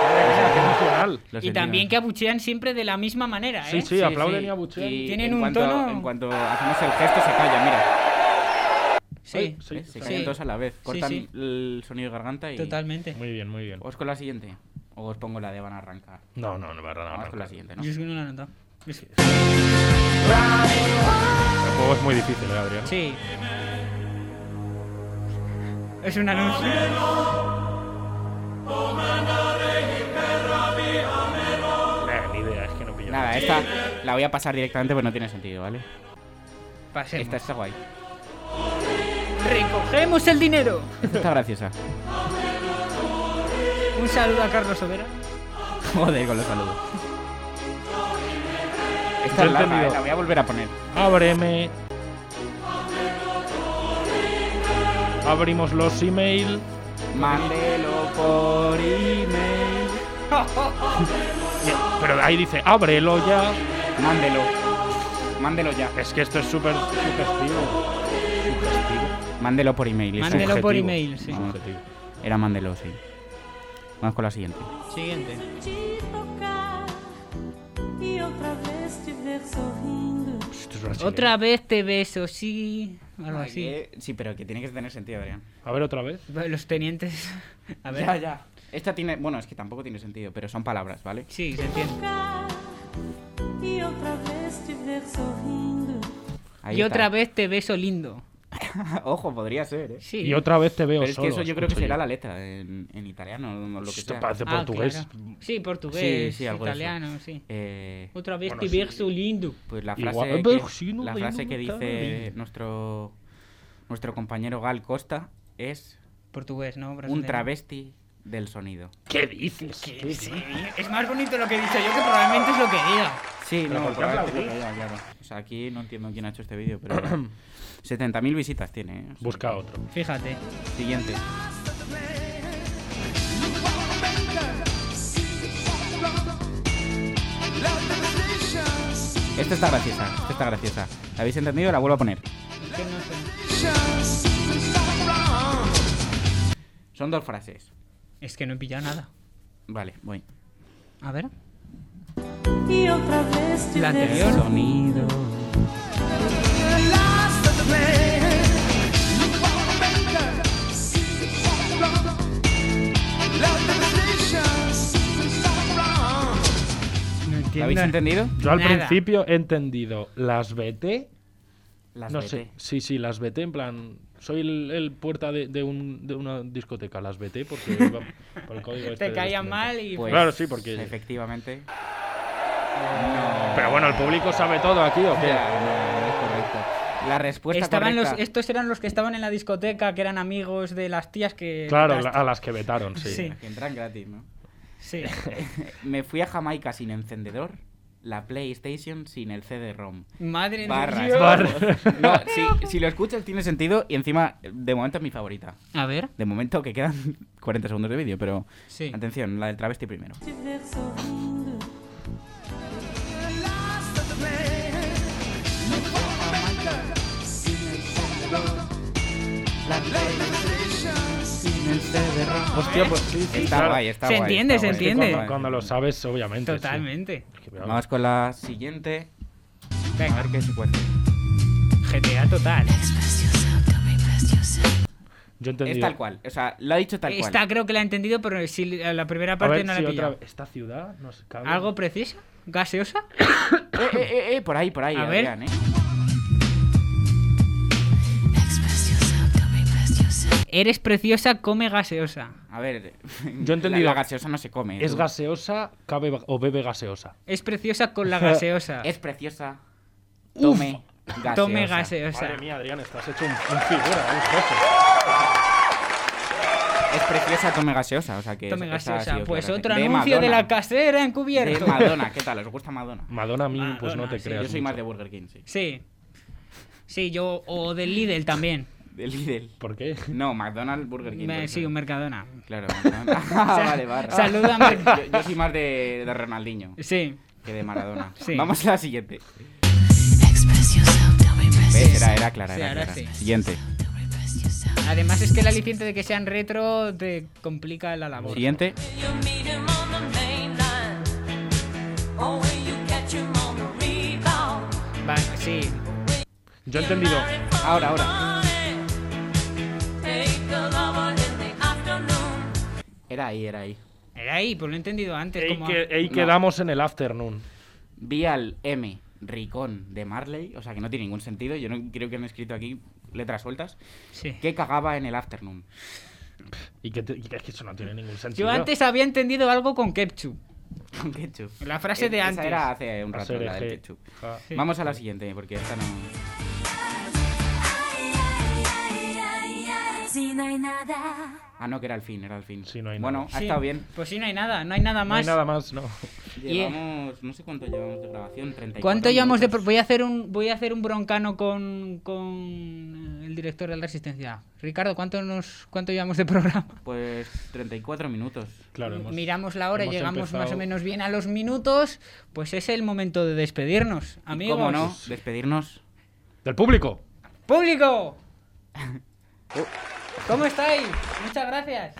Speaker 3: Madre mía, qué emocional.
Speaker 4: Lo
Speaker 2: Y
Speaker 4: sentimos.
Speaker 2: también que abuchean siempre de la misma manera,
Speaker 3: Sí,
Speaker 2: ¿eh?
Speaker 3: sí, aplauden y abuchean.
Speaker 2: Tienen
Speaker 4: en
Speaker 2: un
Speaker 4: cuanto-
Speaker 2: tono-
Speaker 4: En cuanto hacemos el gesto, se calla, mira.
Speaker 2: Sí,
Speaker 3: Sí,
Speaker 4: ¿ves? Se
Speaker 2: sí.
Speaker 4: callan todos a la vez. Cortan
Speaker 2: sí.
Speaker 4: el sonido de garganta y.
Speaker 2: totalmente.
Speaker 3: Muy bien, muy bien.
Speaker 4: ¿Os con la siguiente? ¿O os pongo la de van a arrancar?
Speaker 3: No, no, no va a
Speaker 4: Vamos con la
Speaker 3: arrancar.
Speaker 4: siguiente, ¿no?
Speaker 2: Yo es que no lo he notado. Es-
Speaker 3: El juego es muy difícil, ¿eh, Adrián?
Speaker 2: Sí. Es un anuncio.
Speaker 3: Nah, ni idea, es que no pillo.
Speaker 4: Nada, esta la voy a pasar directamente porque no tiene sentido, ¿vale?
Speaker 2: Pasemos.
Speaker 4: Esta está guay.
Speaker 2: Recogemos el dinero.
Speaker 4: Esta está graciosa.
Speaker 2: Un saludo a Carlos Sobera.
Speaker 4: Joder, con los saludos. Esta
Speaker 3: Yo he
Speaker 4: es larga,
Speaker 3: entendido.
Speaker 4: eh, la voy a volver a poner.
Speaker 3: Ábreme. Abrimos los email.
Speaker 4: Mándelo por email.
Speaker 3: Bien, Pero ahí dice, ábrelo ya.
Speaker 4: Mándelo. Mándelo ya.
Speaker 3: Es que esto es súper sugestivo.
Speaker 4: Mándelo por email. eso.
Speaker 2: Mándelo por
Speaker 3: subjetivo.
Speaker 2: email, sí.
Speaker 4: Vamos. Era mándelo, sí. Vamos con la siguiente.
Speaker 2: Siguiente.
Speaker 9: te tocar e outra vez te ver sorrindo.
Speaker 3: Esto es brasileño.
Speaker 2: Otra vez te beso, sí. Algo
Speaker 4: Ay, eh.
Speaker 2: así.
Speaker 4: que- Sí, pero que tiene que tener sentido, Adrián.
Speaker 3: A ver, otra vez.
Speaker 2: Los tenientes. A ver.
Speaker 4: Ya, ya. Esta tiene. Bueno, es que tampoco tiene sentido, pero son palabras, ¿vale?
Speaker 2: Sí, se entiende.
Speaker 9: Tocar e outra vez te ver sorrindo.
Speaker 4: Ahí
Speaker 2: y
Speaker 4: está.
Speaker 2: otra vez te beso lindo.
Speaker 4: Ojo, podría ser, ¿eh?
Speaker 2: Sí.
Speaker 3: Y otra vez te veo
Speaker 4: Pero es que
Speaker 3: solo,
Speaker 4: eso yo creo que
Speaker 3: escucho
Speaker 4: será la letra en, en italiano o lo que
Speaker 3: Esto
Speaker 4: sea.
Speaker 3: parece
Speaker 2: Ah,
Speaker 3: portugués.
Speaker 2: claro. Sí, portugués,
Speaker 4: Sí, sí, algo de eso.
Speaker 2: italiano, sí.
Speaker 4: Eh,
Speaker 2: Otra vez
Speaker 3: Bueno,
Speaker 2: te
Speaker 3: sí.
Speaker 2: beso lindo.
Speaker 4: pues la
Speaker 3: Igual-
Speaker 4: frase,
Speaker 3: Eh,
Speaker 4: que,
Speaker 3: pero si no
Speaker 4: la
Speaker 3: hay
Speaker 4: frase que
Speaker 3: ningún
Speaker 4: dice
Speaker 3: tal.
Speaker 4: nuestro, nuestro compañero Gal Costa es
Speaker 2: Portugués, ¿no?
Speaker 4: un
Speaker 2: Brasileño.
Speaker 4: travesti del sonido.
Speaker 3: ¿Qué dices? ¿Qué
Speaker 2: Es más bonito lo que he dicho yo que probablemente es lo que diga.
Speaker 4: Sí,
Speaker 3: no,
Speaker 4: no,
Speaker 3: ¿por qué
Speaker 4: probablemente
Speaker 3: aplaudís?
Speaker 4: lo que haya, claro. O sea, aquí no entiendo quién ha hecho este vídeo, pero 70.000 visitas tiene. ¿eh? O sea,
Speaker 3: Busca otro.
Speaker 2: Fíjate.
Speaker 4: Siguiente. Esta está graciosa, esta está graciosa. ¿La habéis entendido? La vuelvo a poner. Son dos frases.
Speaker 2: Es que no he pillado nada.
Speaker 4: Vale, voy.
Speaker 2: A ver.
Speaker 9: E outra vez te
Speaker 2: La
Speaker 9: ver
Speaker 2: anterior.
Speaker 4: Sonido.
Speaker 2: No entiendo.
Speaker 4: ¿La habéis entendido?
Speaker 3: Yo al
Speaker 2: Nada.
Speaker 3: principio he entendido las BT.
Speaker 4: Las
Speaker 3: no
Speaker 4: BT.
Speaker 3: sé. Sí, sí, las BT. En plan, soy el, el puerta de, de un- de una discoteca. Las BT porque iba por el código este
Speaker 2: Te
Speaker 3: de
Speaker 2: caía
Speaker 3: vestimenta.
Speaker 2: mal y...
Speaker 4: Pues,
Speaker 3: Claro, sí, porque-
Speaker 4: Efectivamente.
Speaker 3: Pero bueno, el público sabe todo aquí, ¿o qué?
Speaker 4: Ya, no, es correcto. La respuesta
Speaker 2: Estaban los,
Speaker 4: correcta.
Speaker 2: estos eran los que estaban en la discoteca, que eran amigos de las tías que...
Speaker 3: Claro,
Speaker 2: las-
Speaker 3: la- a las que vetaron, sí.
Speaker 2: Sí.
Speaker 4: Que entran gratis, ¿no?
Speaker 2: Sí.
Speaker 4: Me fui a Jamaica sin encendedor, la PlayStation sin el CD-ROM.
Speaker 2: Madre de
Speaker 4: Barras.
Speaker 2: Dios.
Speaker 3: Barras.
Speaker 4: No, si, si lo escuchas tiene sentido y encima, de momento es mi favorita.
Speaker 2: A ver.
Speaker 4: De momento que quedan 40 segundos de vídeo, pero
Speaker 2: Sí.
Speaker 4: atención, la del travesti primero.
Speaker 9: te ver sorrindo.
Speaker 3: Hostia, pues sí, sí.
Speaker 4: Está
Speaker 3: claro.
Speaker 4: guay, está
Speaker 2: Se
Speaker 4: guay.
Speaker 2: entiende,
Speaker 4: está
Speaker 2: se
Speaker 4: guay.
Speaker 2: entiende.
Speaker 3: Cuando,
Speaker 4: Está guay.
Speaker 3: cuando lo sabes, obviamente. sí.
Speaker 2: Totalmente.
Speaker 3: Es que, vamos,
Speaker 4: Vamos con la siguiente.
Speaker 2: Venga.
Speaker 4: A ver qué se cuenta.
Speaker 2: GTA total.
Speaker 3: Yo he entendido.
Speaker 4: Es tal cual, o sea, lo ha dicho tal cual.
Speaker 2: Esta creo que la he entendido, pero si la primera
Speaker 3: A
Speaker 2: parte
Speaker 3: ver
Speaker 2: no la
Speaker 3: si
Speaker 2: he
Speaker 3: otra
Speaker 2: pillado.
Speaker 3: vez. Esta ciudad, no sé. cabe-
Speaker 2: ¿Algo preciso? ¿Gaseosa?
Speaker 4: Eh, eh, eh, eh, por ahí, por ahí,
Speaker 2: A ver.
Speaker 4: Adrián, eh.
Speaker 2: Eres preciosa, come gaseosa.
Speaker 4: A ver,
Speaker 3: Yo he entendido.
Speaker 4: La, la gaseosa no se come.
Speaker 3: Es
Speaker 4: tú.
Speaker 3: gaseosa, cabe ba- o bebe gaseosa.
Speaker 2: Es preciosa con la gaseosa.
Speaker 4: Es preciosa. Tome gaseosa.
Speaker 2: Tome gaseosa.
Speaker 3: Madre mía, Adrián, estás hecho un, un figura, un jefe.
Speaker 4: Es preciosa, tome gaseosa. O sea que
Speaker 2: Tome
Speaker 4: esa- esa ha
Speaker 2: gaseosa.
Speaker 4: sido
Speaker 2: Pues
Speaker 4: clara.
Speaker 2: otro
Speaker 4: De
Speaker 2: anuncio de
Speaker 4: Madonna.
Speaker 2: la casera
Speaker 4: De
Speaker 2: encubierto.
Speaker 4: Madonna, ¿qué tal? ¿Os gusta Madonna?
Speaker 3: Madonna, a mí, pues no
Speaker 2: Madonna,
Speaker 3: te
Speaker 2: sí.
Speaker 3: creas.
Speaker 4: Yo soy más de
Speaker 3: mucho.
Speaker 4: Burger King, sí.
Speaker 2: Sí. Sí, yo. O del Lidl también.
Speaker 4: De Lidl.
Speaker 3: ¿Por qué?
Speaker 4: No, McDonald's, Burger King.
Speaker 2: Me-
Speaker 4: por
Speaker 2: sí,
Speaker 4: ejemplo.
Speaker 2: un Mercadona.
Speaker 4: Claro, McDonald's. Ah, vale, barra.
Speaker 2: saluda a Mer-
Speaker 4: yo, yo soy más de, de Ronaldinho
Speaker 2: Sí.
Speaker 4: que de Maradona.
Speaker 2: Sí.
Speaker 4: Vamos a la siguiente. ¿Ves? Era, era clara,
Speaker 2: Sí,
Speaker 4: era
Speaker 2: ahora
Speaker 4: clara.
Speaker 2: sí.
Speaker 4: Siguiente.
Speaker 2: Además es que el aliciente de que sean retro te complica la labor.
Speaker 4: Siguiente.
Speaker 2: Va, sí.
Speaker 3: Yo he entendido.
Speaker 4: Ahora, ahora. Era ahí, era ahí.
Speaker 2: Era ahí, pues lo he entendido antes.
Speaker 3: Ey,
Speaker 2: como-
Speaker 3: que, ey,
Speaker 4: No.
Speaker 3: quedamos en el afternoon.
Speaker 4: Vi al M. Ricón de Marley, o sea que no tiene ningún sentido. Yo no creo que han escrito aquí letras sueltas,
Speaker 2: Sí.
Speaker 4: que cagaba en el afternoon.
Speaker 3: Y que, te- y que es que eso no tiene ningún sentido.
Speaker 2: Yo antes había entendido algo con ketchup.
Speaker 4: Con ketchup. E-,
Speaker 2: La frase de
Speaker 4: Esa
Speaker 2: antes.
Speaker 4: era hace un rato,
Speaker 3: Hacer
Speaker 4: la del
Speaker 3: eje.
Speaker 4: ketchup.
Speaker 3: Ah.
Speaker 4: Vamos a la siguiente, porque esta no...
Speaker 9: Si no hay nada.
Speaker 4: Ah, no, que era el fin, era el fin.
Speaker 3: Sí, no hay
Speaker 4: bueno,
Speaker 3: nada.
Speaker 4: ha
Speaker 2: Sí,
Speaker 4: estado bien.
Speaker 2: Pues sí, no hay nada, no hay nada
Speaker 3: No hay
Speaker 2: más.
Speaker 3: nada más, no.
Speaker 2: Y-
Speaker 4: Llevamos, no sé cuánto llevamos de grabación, 34
Speaker 2: ¿Cuánto llevamos de.? pro-
Speaker 4: minutos.
Speaker 2: Voy a hacer un, voy a hacer un broncano con, con eh, el director de la Resistencia. Ricardo, ¿cuánto, nos, cuánto llevamos de programa?
Speaker 4: Pues 34 minutos.
Speaker 3: Claro, hemos-
Speaker 2: Miramos la hora,
Speaker 3: hemos
Speaker 2: llegamos más o
Speaker 3: empezado-
Speaker 2: menos bien a los minutos. Pues es el momento de despedirnos,
Speaker 4: Y
Speaker 2: amigos.
Speaker 4: cómo no, despedirnos.
Speaker 3: ¡Del público!
Speaker 2: ¡Público!
Speaker 3: Oh.
Speaker 2: ¿Cómo estáis? Muchas gracias.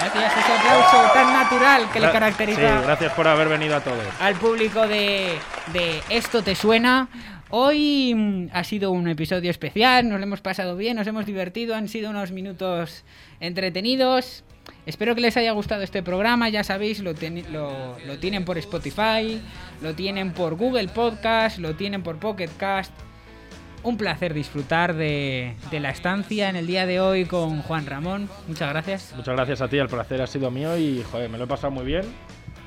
Speaker 2: Gracias, ese aplauso tan natural que le
Speaker 3: Gra-
Speaker 2: caracteriza.
Speaker 3: Sí, gracias por haber venido a todos.
Speaker 2: al público de, de Esto te suena. Hoy mm, ha sido un episodio especial, nos lo hemos pasado bien, nos hemos divertido, han sido unos minutos entretenidos. Espero que les haya gustado este programa, ya sabéis, lo, teni- lo, lo tienen por Spotify, lo tienen por Google Podcast, lo tienen por Pocket Cast. Un placer disfrutar de, de la estancia en el día de hoy con Juan Ramón. Muchas gracias.
Speaker 3: Muchas gracias a ti, el placer ha sido mío y joder, me lo he pasado muy bien.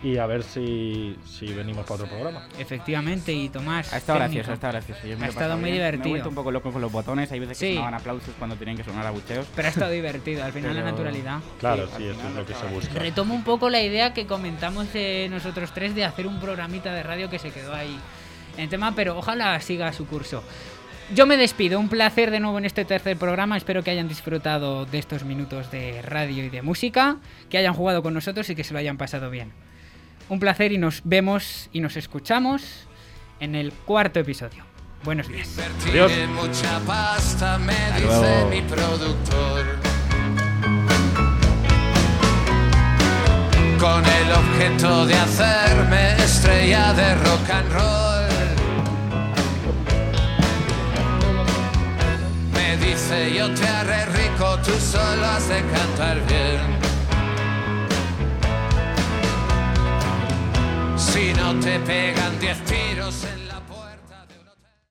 Speaker 3: Y a ver si, si venimos para otro programa.
Speaker 2: Efectivamente, y Tomás.
Speaker 4: Ha estado
Speaker 2: técnico.
Speaker 4: gracioso, ha estado gracioso. Yo me lo
Speaker 2: Ha
Speaker 4: he
Speaker 2: estado
Speaker 4: pasado
Speaker 2: muy
Speaker 4: bien. Me he
Speaker 2: divertido.
Speaker 4: vuelto un poco loco con los botones. Hay veces que
Speaker 2: Sí.
Speaker 4: sonaban aplausos cuando tenían que sonar abucheos.
Speaker 2: Pero ha estado divertido, al final la
Speaker 3: Pero-
Speaker 2: naturalidad.
Speaker 3: Claro,
Speaker 4: Sí,
Speaker 3: sí,
Speaker 4: al
Speaker 3: eso
Speaker 4: final
Speaker 3: es lo que se
Speaker 4: estaba-
Speaker 3: busca.
Speaker 2: Retomo un poco la idea que comentamos eh, nosotros tres de hacer un programita de radio que se quedó ahí en tema, pero ojalá siga su curso. Yo me despido, un placer de nuevo en este tercer programa, espero que hayan disfrutado de estos minutos de radio y de música, que hayan jugado con nosotros y que se lo hayan pasado bien. Un placer y nos vemos y nos escuchamos en el cuarto episodio. Buenos días.
Speaker 3: Adiós.
Speaker 6: Tiene mucha pasta, me dice
Speaker 3: luego.
Speaker 6: mi productor. Con el objeto de hacerme estrella de rock and roll. Me dice yo te haré rico, tú solo has de cantar bien. Si no te pegan diez tiros en la puerta.